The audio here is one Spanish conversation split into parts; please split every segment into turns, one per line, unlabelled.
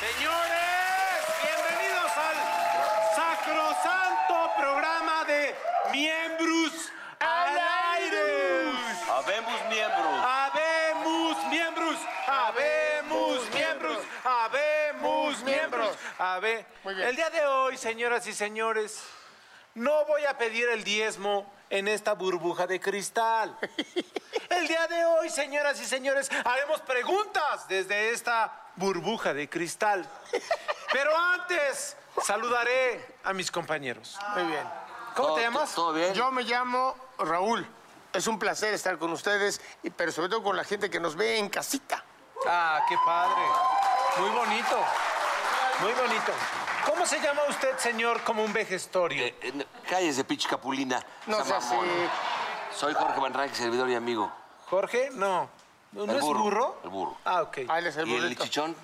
Señores, bienvenidos al sacrosanto programa de Miembros al aire.
Habemos miembros.
Habemos miembros, habemos miembros, habemos miembros. Habe- El día de hoy, señoras y señores, no voy a pedir el diezmo en esta burbuja de cristal. El día de hoy, señoras y señores, haremos preguntas desde esta burbuja de cristal. Pero antes, saludaré a mis compañeros.
Muy bien.
¿Cómo
Todo-
te llamas?
¿Todo bien?
Yo me llamo Raúl. Es un placer estar con ustedes, y- pero sobre todo con la gente que nos ve en casita.
Ah, qué padre. Muy bonito. Muy bonito. ¿Cómo se llama usted, señor, como un vejestorio?
Eh, eh, no, cállese, pinche capulina.
No
Esa
sé si...
mamona. Soy Jorge Manrique, servidor y amigo.
Jorge, no. ¿No
el
es
burro,
burro?
el burro.
Ah, ok.
Ahí les el
¿Y el
burrito.
chichón?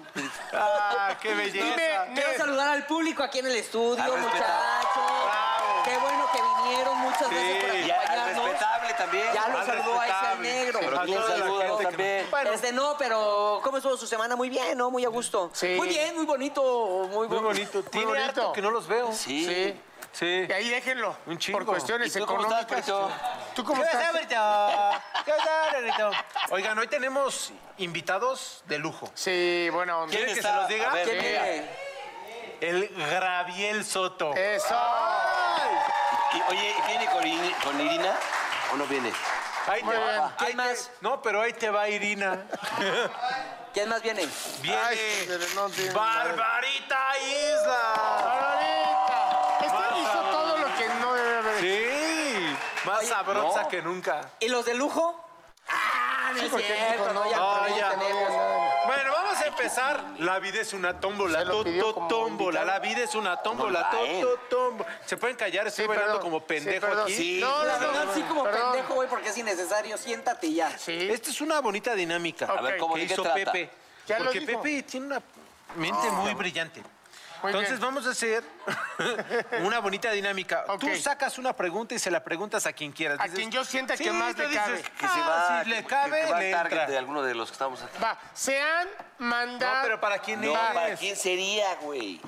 Ah, qué belleza.
Dime,
Quiero saludar al público aquí en el estudio,
Al
muchachos.
respetable.
Bravo.
Qué bueno que vinieron, muchas gracias por
Y al
acompañarnos.
respetable también.
Ya lo
al
saludó a ese al
respetable.
negro.
Pero
a
tú
toda la
salúdalo
gente que-
también.
Bueno,
Este no, pero ¿cómo estuvo su semana? Muy bien, ¿no? Muy a gusto.
Sí.
Muy bien, muy bonito, muy,
muy
bo-
bonito. Tiene
bonito.
harto que no los veo.
Sí.
Sí.
Sí.
Y ahí déjenlo.
Un chingo.
Por cuestiones
¿Y tú cómo estás,
económicas.
Pepito?
¿Tú cómo
¿Qué
estás?
tal, Berto? ¿Qué tal, Berto? Oigan, hoy tenemos invitados de lujo.
Sí, buena onda.
¿Quieren que
está?
se los diga?
A ver,
¿Quién
mira.
viene?
El Graviel Soto.
Eso.
Y, oye, ¿viene con, Irini- con Irina o no viene?
Ahí te
Muy bien.
va.
¿Quién
Ahí te-
más?
No, pero ahí te va Irina.
¿Quién más viene?
Viene
Ay, pero no tiene
Barbarita Isla.
Ahorita. Este
Más
hizo
sabroso.
todo lo que no debe haber hecho.
Sí, más sabrosa
no.
que nunca.
¿Y los de lujo? Ah, no
Sí,
es
porque dijo,
cierto,
no,
no, ya,
no,
no
Ah, ya.
tenemos.
Bueno, vamos a empezar. La vida es una tómbola,
Se lo
to,
pidió
to-
como
tómbola.
invitado.
La vida es una tómbola,
No,
to,
la él.
to- tómbola. Se pueden callar, estoy
Sí,
bailando
perdón.
como
Sí,
pendejo
perdón.
aquí.
Sí. No,
La
no, no,
verdad,
no,
sí,
no,
como
perdón.
pendejo, güey, porque es innecesario. Siéntate y ya.
Sí.
Esta es una bonita dinámica
A ver,
Ok,
¿cómo
que
de qué
hizo
trata?
Pepe.
Ya lo
Porque
dijo. Ah.
Pepe tiene una mente muy brillante.
Muy
Entonces
bien.
vamos a hacer una bonita dinámica.
Ok.
Tú sacas una pregunta y se la preguntas a quien quieras.
A quien yo sienta que más
tú
le cabe.
Que se
"Ah,
va,
si le
que-
cabe,
que va
le
al target
entra".
de alguno de los que estamos aquí.
Va, se han mandado...
No, pero ¿para quién
No,
es?
¿para quién sería, güey?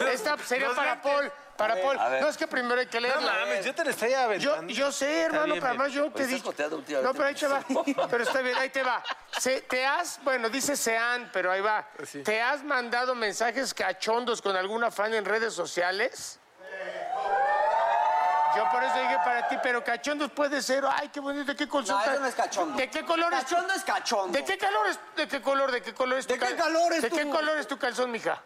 Esta sería
Los
para
lentes.
Paul. Para Paul.
A ver.
No, es que primero hay que
No
leerla.
mames, yo te la estoy
Yo,
aventando.
yo sé, hermano,
bien,
pero además yo
Pues
te
Estás
dije.
joteando últimamente.
No, pero ahí te va. Pero está bien, ahí te va. Se- te has, bueno, dice Sean, pero ahí va.
Ah,
¿Te has mandado mensajes cachondos con alguna fan en redes sociales? Yo por eso dije para ti, pero cachondos puede ser. Ay, qué bonito, qué consulta.
No, eso no es cachondo.
¿De qué color es tu-
Cachondo es cachondo.
¿De qué calor es? ¿De qué color? ¿De qué color es tu
¿De qué
cal-
calor es
¿De qué
tu-
color es tu calzón, mija?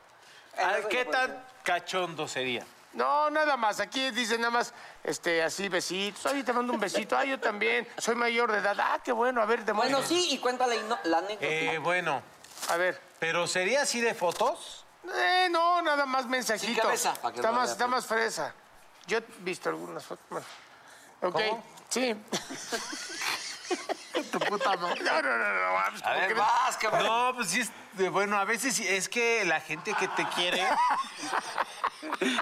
Ah, ¿Qué tan cachondo sería?
No, nada más. Aquí dice nada más, este, así, besitos. Oye, te mando un besito. Ay, yo también. Soy mayor de edad. Ah, qué bueno. A ver, te
Bueno, sí, y cuéntale no- la anécdota.
Eh, bueno,
A ver.
pero sería así de fotos.
Eh, no, nada más mensajitos.
Sin cabeza, para que
Está,
no pues.
más,
haya-
está más fresa. Yo he visto algunas fotos. Bueno. Ok.
¿Cómo?
Sí. tu puta madre. No, no, no, no. mames,
A
¿cómo
ver,
crees?
vas, cabrón.
No, pues sí, es de- bueno, a veces sí, es que la gente que te quiere,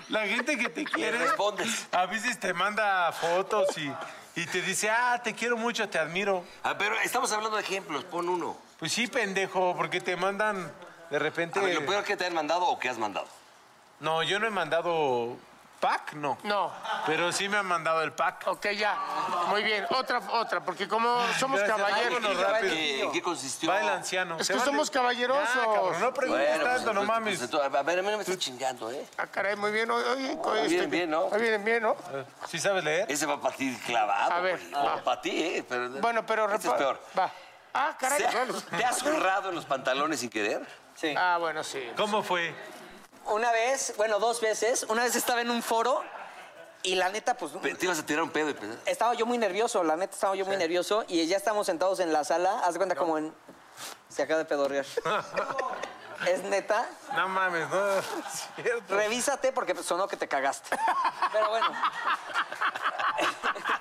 la gente que te quiere,
respondes.
a veces te manda fotos y, y te dice, ah, te quiero mucho, te admiro.
Ah, pero estamos hablando de ejemplos, pon uno.
Pues sí, pendejo, porque te mandan de repente...
A ver, lo peor que te han mandado o que has mandado.
No, yo no he mandado pack, no.
No.
Pero sí me han mandado el pack.
Ok, ya. Muy bien. Otra, otra, porque como somos
Gracias.
caballeros.
Vámonos
¿Qué-
rápido.
qué- ¿En qué consistió?
Va el anciano.
Es
Se
que
vale.
somos caballerosos.
Ya, cabrón, no preguntes
Bueno, pues,
tanto, no
pues,
mames.
pues, tú- a ver, a mí no me estás chingando, ¿eh?
Ah, caray, muy bien. Oye, oye, oye,
bien,
este-
bien, ¿no?
Ah, bien, bien, ¿no?
¿Sí sabes leer?
Ese va para ti clavado.
A ver,
güey.
va.
para ti, ¿eh? Pero,
Bueno, pero
este es
repa-
peor.
Va. Ah, caray.
¿Se-
bueno.
¿Te has zurrado en los pantalones sin querer?
Sí.
Ah, bueno, sí.
¿Cómo fue?
Una vez, bueno, dos veces, una vez estaba en un foro y la neta, pues...
Pe- Te ibas a tirar un pedo y pe-
Estaba yo muy nervioso, la neta estaba yo muy nervioso y ya estamos sentados en la sala, haz de cuenta como en... Se acaba de pedorrear. es neta,
No mames, no. es cierto.
revísate porque sonó que te cagaste. Pero bueno.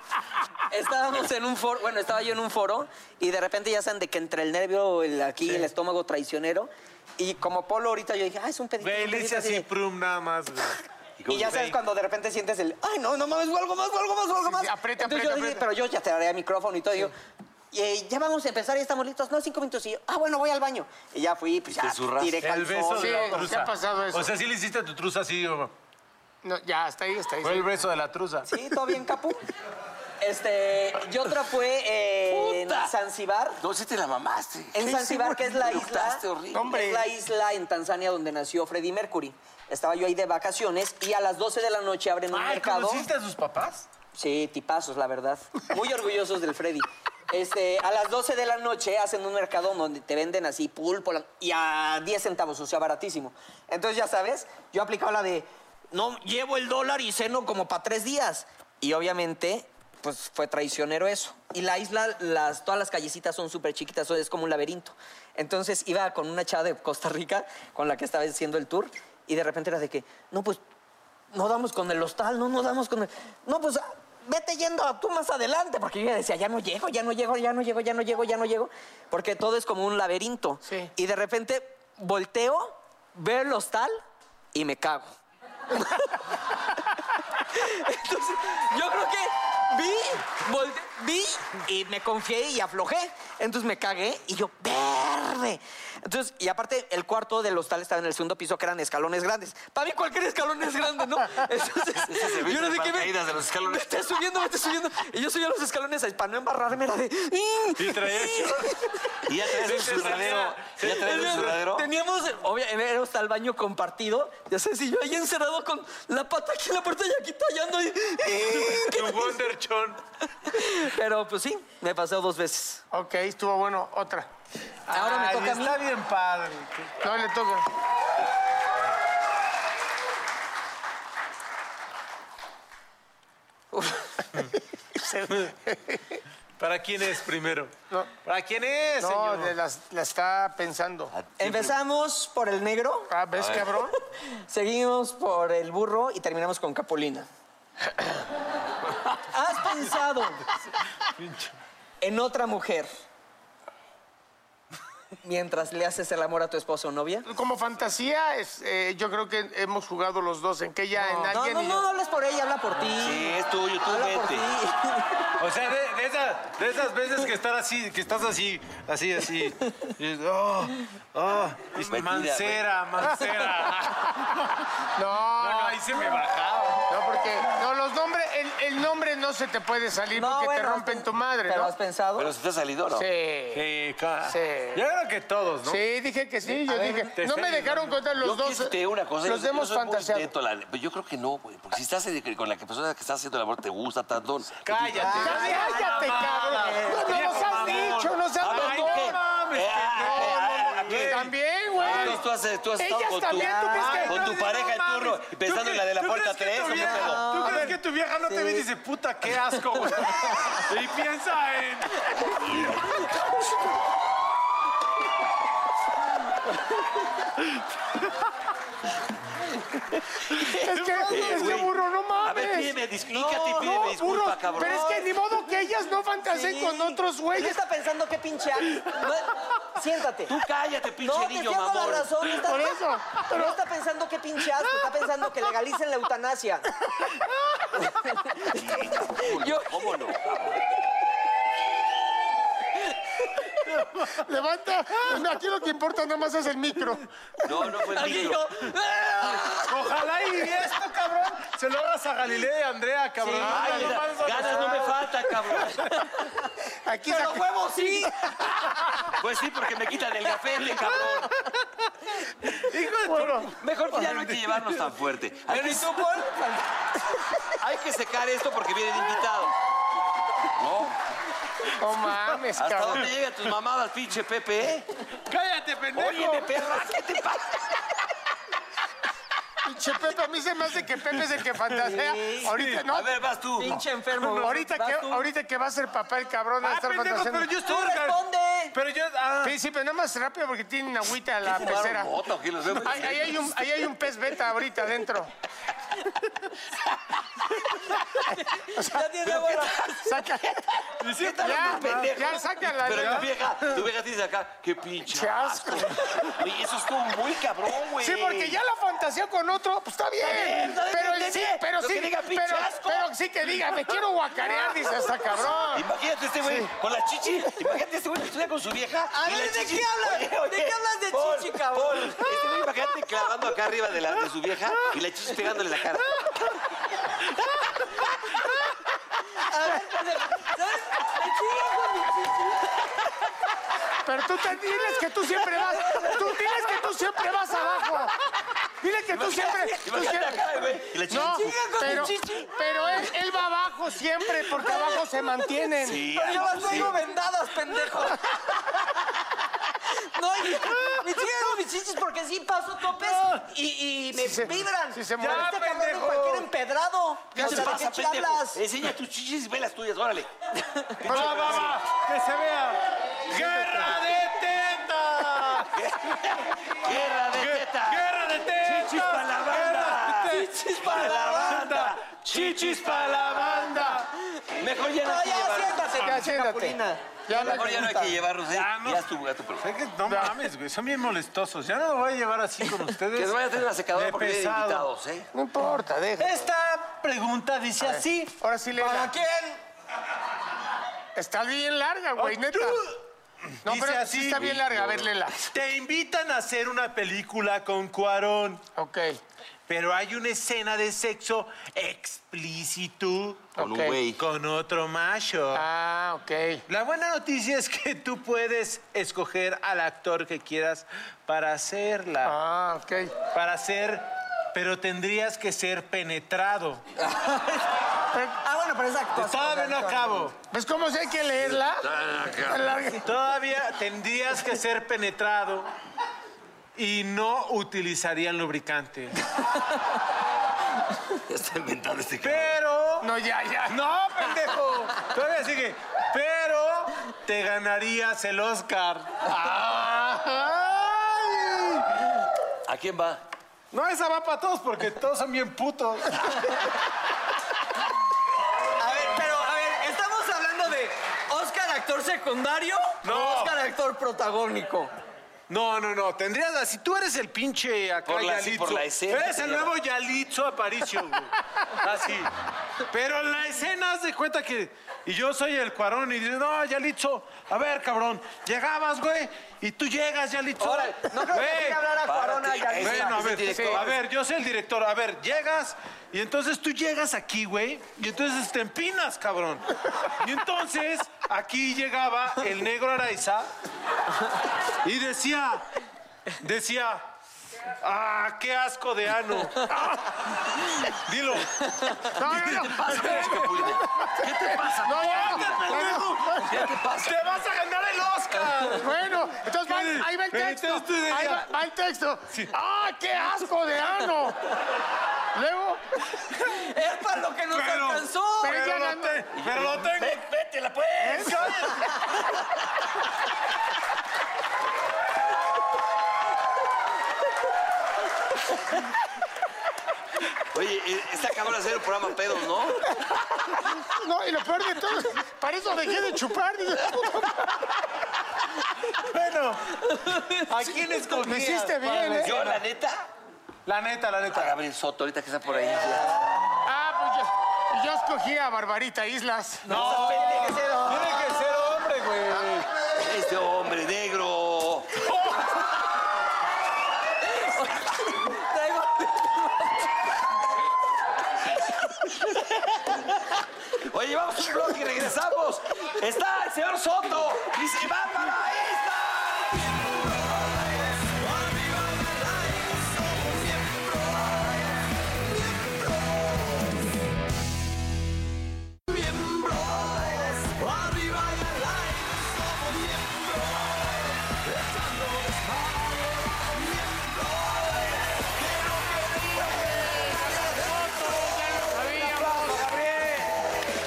Estábamos en un foro, bueno, estaba yo en un foro y de repente ya saben de que entre el nervio, el aquí, el estómago traicionero y como Polo ahorita yo dije, ah, es un pedito.
Güey,
un
le hice
pedito",
así,
de-
prum, nada más.
Y
güey.
ya sabes cuando de repente sientes el, ay, no, no mames, fue algo más, fue algo más, fue algo
Sí, sí,
más.
aprieta,
Entonces
aprieta,
yo dije,
aprieta.
pero yo ya te daré el micrófono y todo. Y yo, "Eh, ya vamos a empezar, ya estamos listos. No, cinco minutos. Y yo, ah, bueno, voy al baño. Y ya fui, pues
Y te
ya
zurraste.
tiré
El beso
calzón.
de
Sí,
la
¿qué
truza.
ha pasado eso?
O sea, sí le hiciste a tu truza así. güey.
No, ya, está ahí, está ahí.
Fue el beso de la truza.
Sí, todo bien, Capu. Este, y otra fue eh, en
Puta.
Zanzibar.
No, sí te la mamaste.
En
Sí,
Zanzibar,
sí,
que es la
te
isla,
eructaste horrible.
Hombre.
es la isla en Tanzania donde nació Freddie Mercury. Estaba yo ahí de vacaciones y a las 12 de la noche abren un
Ay,
mercado.
¿conociste a sus papás?
Sí, tipazos, la verdad. Muy orgullosos del Freddy. Este, a las 12 de la noche hacen un mercado donde te venden así pulpo la- y a 10 centavos, o sea, baratísimo. Entonces, ya sabes, yo aplicaba la de, no, llevo el dólar y ceno como para tres días. Y obviamente, pues fue traicionero eso. Y la isla, las, todas las callecitas son súper chiquitas, o es como un laberinto. Entonces, iba con una chava de Costa Rica con la que estaba haciendo el tour y de repente era de que, no, pues no damos con el hostal, no, no damos con el... No, pues ah, vete yendo a tú más adelante, porque yo ya decía, ya no llego, ya no llego, ya no llego, ya no llego, ya no llego, porque todo es como un laberinto.
Sí.
Y de repente volteo, veo el hostal y me cago. Entonces, yo creo que vi, volte- vi y me confié y aflojé. Entonces me cagué y yo, verde. Entonces, y aparte, el cuarto del hostal estaba en el segundo piso, que eran escalones grandes. Para mí, cualquier escalón es grande, ¿no? Entonces,
servicio
yo no
de
sé qué me.
paracaídas de los escalones.
Me está subiendo, me está subiendo. Y yo subía los escalones ahí, para no embarrarme, era de. "Mm".
Y traía
Y ya traes
Sí,
un
sí,
zurradero.
sí.
Ya traes un zurradero.
Teníamos, obvio, era hasta el baño compartido. Ya sabes, y yo ahí encerrado con la pata aquí en la puerta y aquí tallando. Y,
tu Wonder Chon.
Pero pues sí, me pasó dos veces.
Ok, estuvo bueno. Otra.
Ahora me
Ay,
toca a mí.
Está bien padre.
No le toca.
¿Para quién es primero?
No.
¿Para quién es,
No,
señor?
de las- la está pensando.
Empezamos por el negro,
Ah, ¿ves, cabrón?
seguimos por el burro y terminamos con Capolina. ¿Has pensado en otra mujer mientras le haces el amor a tu esposo o novia?
Como fantasía, es, eh, yo creo que hemos jugado los dos. ¿En qué ya? ¿En
No,
alguien?
no,
y
no, no hables por ella, habla por ti.
Sí, es tuyo, tú
habla por ti.
vete.
O sea, de, de esa- de esas veces que estás así, que estás así, así, así. Y es, oh, oh, y es,
Mentira,
mancera, mancera.
No,
No, ahí se me bajaba.
no, porque. No, los nombres. El, el nombre no se te puede salir
No,
porque te
bueno,
rompen tu madre,
¿Pero has
¿no?
pensado?
Pero si te ha salido, ¿no?
Sí.
Sí, ca-
Sí.
Yo creo que todos, ¿no?
Sí, dije que sí, yo
ver,
dije.
te
No
estoy
me dejaron
ayudando.
contar los
yo
dos.
quiero te diga una cosa.
los
yo- yo
hemos
soy muy
fantaseado.
neto, la- pero yo creo que no, güey. Porque si estás eh, con la que- persona que estás haciendo el amor, te gusta tanto.
Cállate.
Cállate, cabrón. No, no nos has dicho, nos has
Ay,
mandado.
no mames,
Eh,
que no.
ah, ah,
Tú También, güey.
Entonces tú has, tú has
Ellas
estado con tu,
también, ¿tú crees que-
con tu
no,
pareja
no
en turno
mames.
y pensando
¿Tú
en la de la
crees-
puerta
tú crees
3
que
o
tu
qué
vieja-
pedo.
¿Tú crees que tu vieja no te ve y dice, puta, qué asco, güey? Y piensa en...
Es que, es que burro, no mames.
A ver, pídeme, dis- híncate y
No,
pídeme disculpa,
burros,
cabrón.
Pero es que ni modo que ellas no fantaseen
Sí.
con otros
No
güeyes.
está pensando qué pinche asco. No, siéntate.
Tú cállate, pinche
no, te
niño
estoy dando
mamón.
la razón. no está-
Por eso,
No está pensando qué pinche asco, está pensando que legalicen la eutanasia. Yo-
¿Cómo no?
Levanta. Aquí lo que importa nada más es el micro.
No, no fue el
Aquí
micro.
yo, ¡ah!
Ojalá cabrón. Se lo hagas a Galilea y a Andrea, cabrón.
Ay,
No mames, ¿dónde
ganas no me falta, cabrón.
Aquí
¡Pero
saca-
huevo sí!
Pues sí, porque me quitan el café, cabrón.
Hijo de tu-
Mejor que ya no hay que llevarnos tan fuerte. Hay que, hay que secar esto porque vienen invitados. No,
No mames,
¿hasta dónde
cabrón.
llegan tus mamadas, pinche Pepe? eh?
Cállate, pendejo. Ah,
Óyeme, perra, ¿qué te pasa?
Pinche Pepe, a mí se me hace que Pepe es el que fantasea. Ahorita,
A
no.
ver, vas tú.
Pinche enfermo.
Ahorita
¿Vas
que,
tú?
ahorita que va a ser papá el cabrón a
Ah,
estar
pendejo,
fantaseando.
pero yo estoy...
¡Tú responde!
Pero yo... ah.
Sí, sí, pero nada más rápido porque tienen agüita la
¿Fumaron
pecera.
mota o qué? Los veo-
Ahí, ahí hay un, ahí hay un pez beta ahorita adentro.
Pues, Ya tiene agua.
Saca. Ya,
pendejo?
ya, sácala.
Pero
ya.
tu vieja, tu vieja te dice acá, qué pinche
Qué asco.
asco. Oye, eso estuvo muy cabrón, güey.
Sí, porque ya la fantaseó con otro, pues está bien.
bien, está bien,
pero
está
sí,
bien.
pero
Lo
sí,
que diga, pinche
pero,
asco.
pero sí que diga, me quiero guacarear, dice hasta cabrón.
Imagínate este güey con la chichi. Imagínate este güey que estudia con su vieja.
A
y
ver,
la
¿de
chichi-
qué hablas?
Oye, oye,
¿De qué hablas de
Paul,
chichi, cabrón?
Paul, este güey imagínate clavando acá arriba de, la, de su vieja y la chichi pegándole la cara.
A ver, pendejo. ¿Sabes? Me chingas con mi chichi.
Pero tú te, diles que tú siempre vas, tú diles que tú siempre vas abajo. Dile que tú siempre, tú
Imagínate
siempre-
acá, güey. Y la chichi.
No,
Sigue con tu
pero,
chichi.
pero él, él va abajo siempre porque abajo se mantienen.
Sí,
Pero yo
algo
las traigo
así.
vendadas, pendejo. No, y- me chingas con mis chichis porque sí paso topes y, y me
se-
vibran.
sí se
Pero
mueve.
este
Ya,
cabrón de
pendejo.
cualquier empedrado.
¿Qué
O
te
sea, ¿de
pasa,
qué chi
pendejo?
hablas?
Enseña tus chichis y ve las tuyas, órale.
Va, va, va, que se vea. ¡Guerra de tetas!
Guerra de teta.
¡Guerra de tetas!
Chichis para la banda.
Guerra de tetas.
Chichis para la
banda.
¡Chichis para la banda!
Mejor ya no
No,
hay que
ya
llevarnos.
siéntate,
Ya,
pinche
siéntate.
capulina.
Ya
Mejor ya no hay que llevarnos. ¿eh?
Ya, no.
Ya estuvo, ya tu pelo.
Es que no mames, güey, son bien molestosos. Ya no lo voy a llevar así con ustedes.
Que se vaya a tener la secadora
De
porque vienen
pesado.
invitados, ¿eh?
No importa, deja.
Esta pregunta dice así.
Ahora sí le
¿Para quién?
Está bien larga,
Oh,
güey, neta. No,
Dice
pero
así.
sí está bien larga. A ver, lela.
Te invitan a hacer una película con Cuarón,
Ok.
pero hay una escena de sexo explícito
Con un
Ok.
güey.
con otro macho.
Ah, ok.
La buena noticia es que tú puedes escoger al actor que quieras para hacerla.
Ah, ok.
Para hacer, pero tendrías que ser penetrado.
Ah, bueno, pero es actuación.
Todavía no acabo.
¿Ves Pues, cómo sí hay que leerla? Tan larga.
Todavía tendrías que ser penetrado y no utilizarían lubricante.
Está inventando este cabrón.
Pero.
No, ya, ya.
¡No, pendejo! Todavía sigue. Pero te ganarías el Oscar.
Ay.
¿A quién va?
No, esa va para todos porque todos son bien putos.
A ver, pero, a ver, ¿estamos hablando de Oscar actor secundario
No.
o Oscar actor protagónico?
No, no, no. Tendrías. Si tú eres el pinche acá
Por la-
Yalitzo,
por la escena,
Eres el
señor.
nuevo Yalitzo Aparicio, güey. Así. Pero en la escena, haz de cuenta que. Y yo soy el cuarón y dices, no, Yalitzo, a ver, cabrón. Llegabas, güey, y tú llegas, Yalitzo.
Ahora, no creo que
Güey,
quiera hablar a Cuarón
párate,
allá.
ese-
Bueno, a
ese
ver,
director.
a ver, yo soy el director. A ver, llegas y entonces tú llegas aquí, güey, y entonces te empinas, cabrón. Y entonces aquí llegaba el negro Araiza y decía, decía, ah, qué asco de ano. Dilo.
No, no, no.
¿Qué te pasa?
No, ya,
¡Anda, pendejo!
¿Qué te pasa?
¡Te vas a ganar el Oscar!
Bueno, entonces va, ahí va el texto.
Entonces tú decías-
Ahí va, va el texto. ¡Ah, qué asco de ano! Luego,
Es para lo que nos
Pero-
alcanzó.
pero
Pero
ya
lo,
ganó.
te- pero lo tengo.
Ven, Vétela, pues. Oye, eh, está acabando de hacer el programa pedos, ¿no?
No, y lo peor de todo, para eso dejé de chupar.
Bueno, ¿a quién escogías?
Lo hiciste
para
bien,
la
¿eh?
Yo,
escena?
la neta,
La neta, la
a
neta.
Gabriel Soto, ahorita que está por ahí. ya.
Ah, pues yo, yo escogí a Barbarita Islas.
No, tiene que ser hombre. güey.
Este hombre negro.
Traigo-
¡Está el señor Soto! ¡Y se va para esta!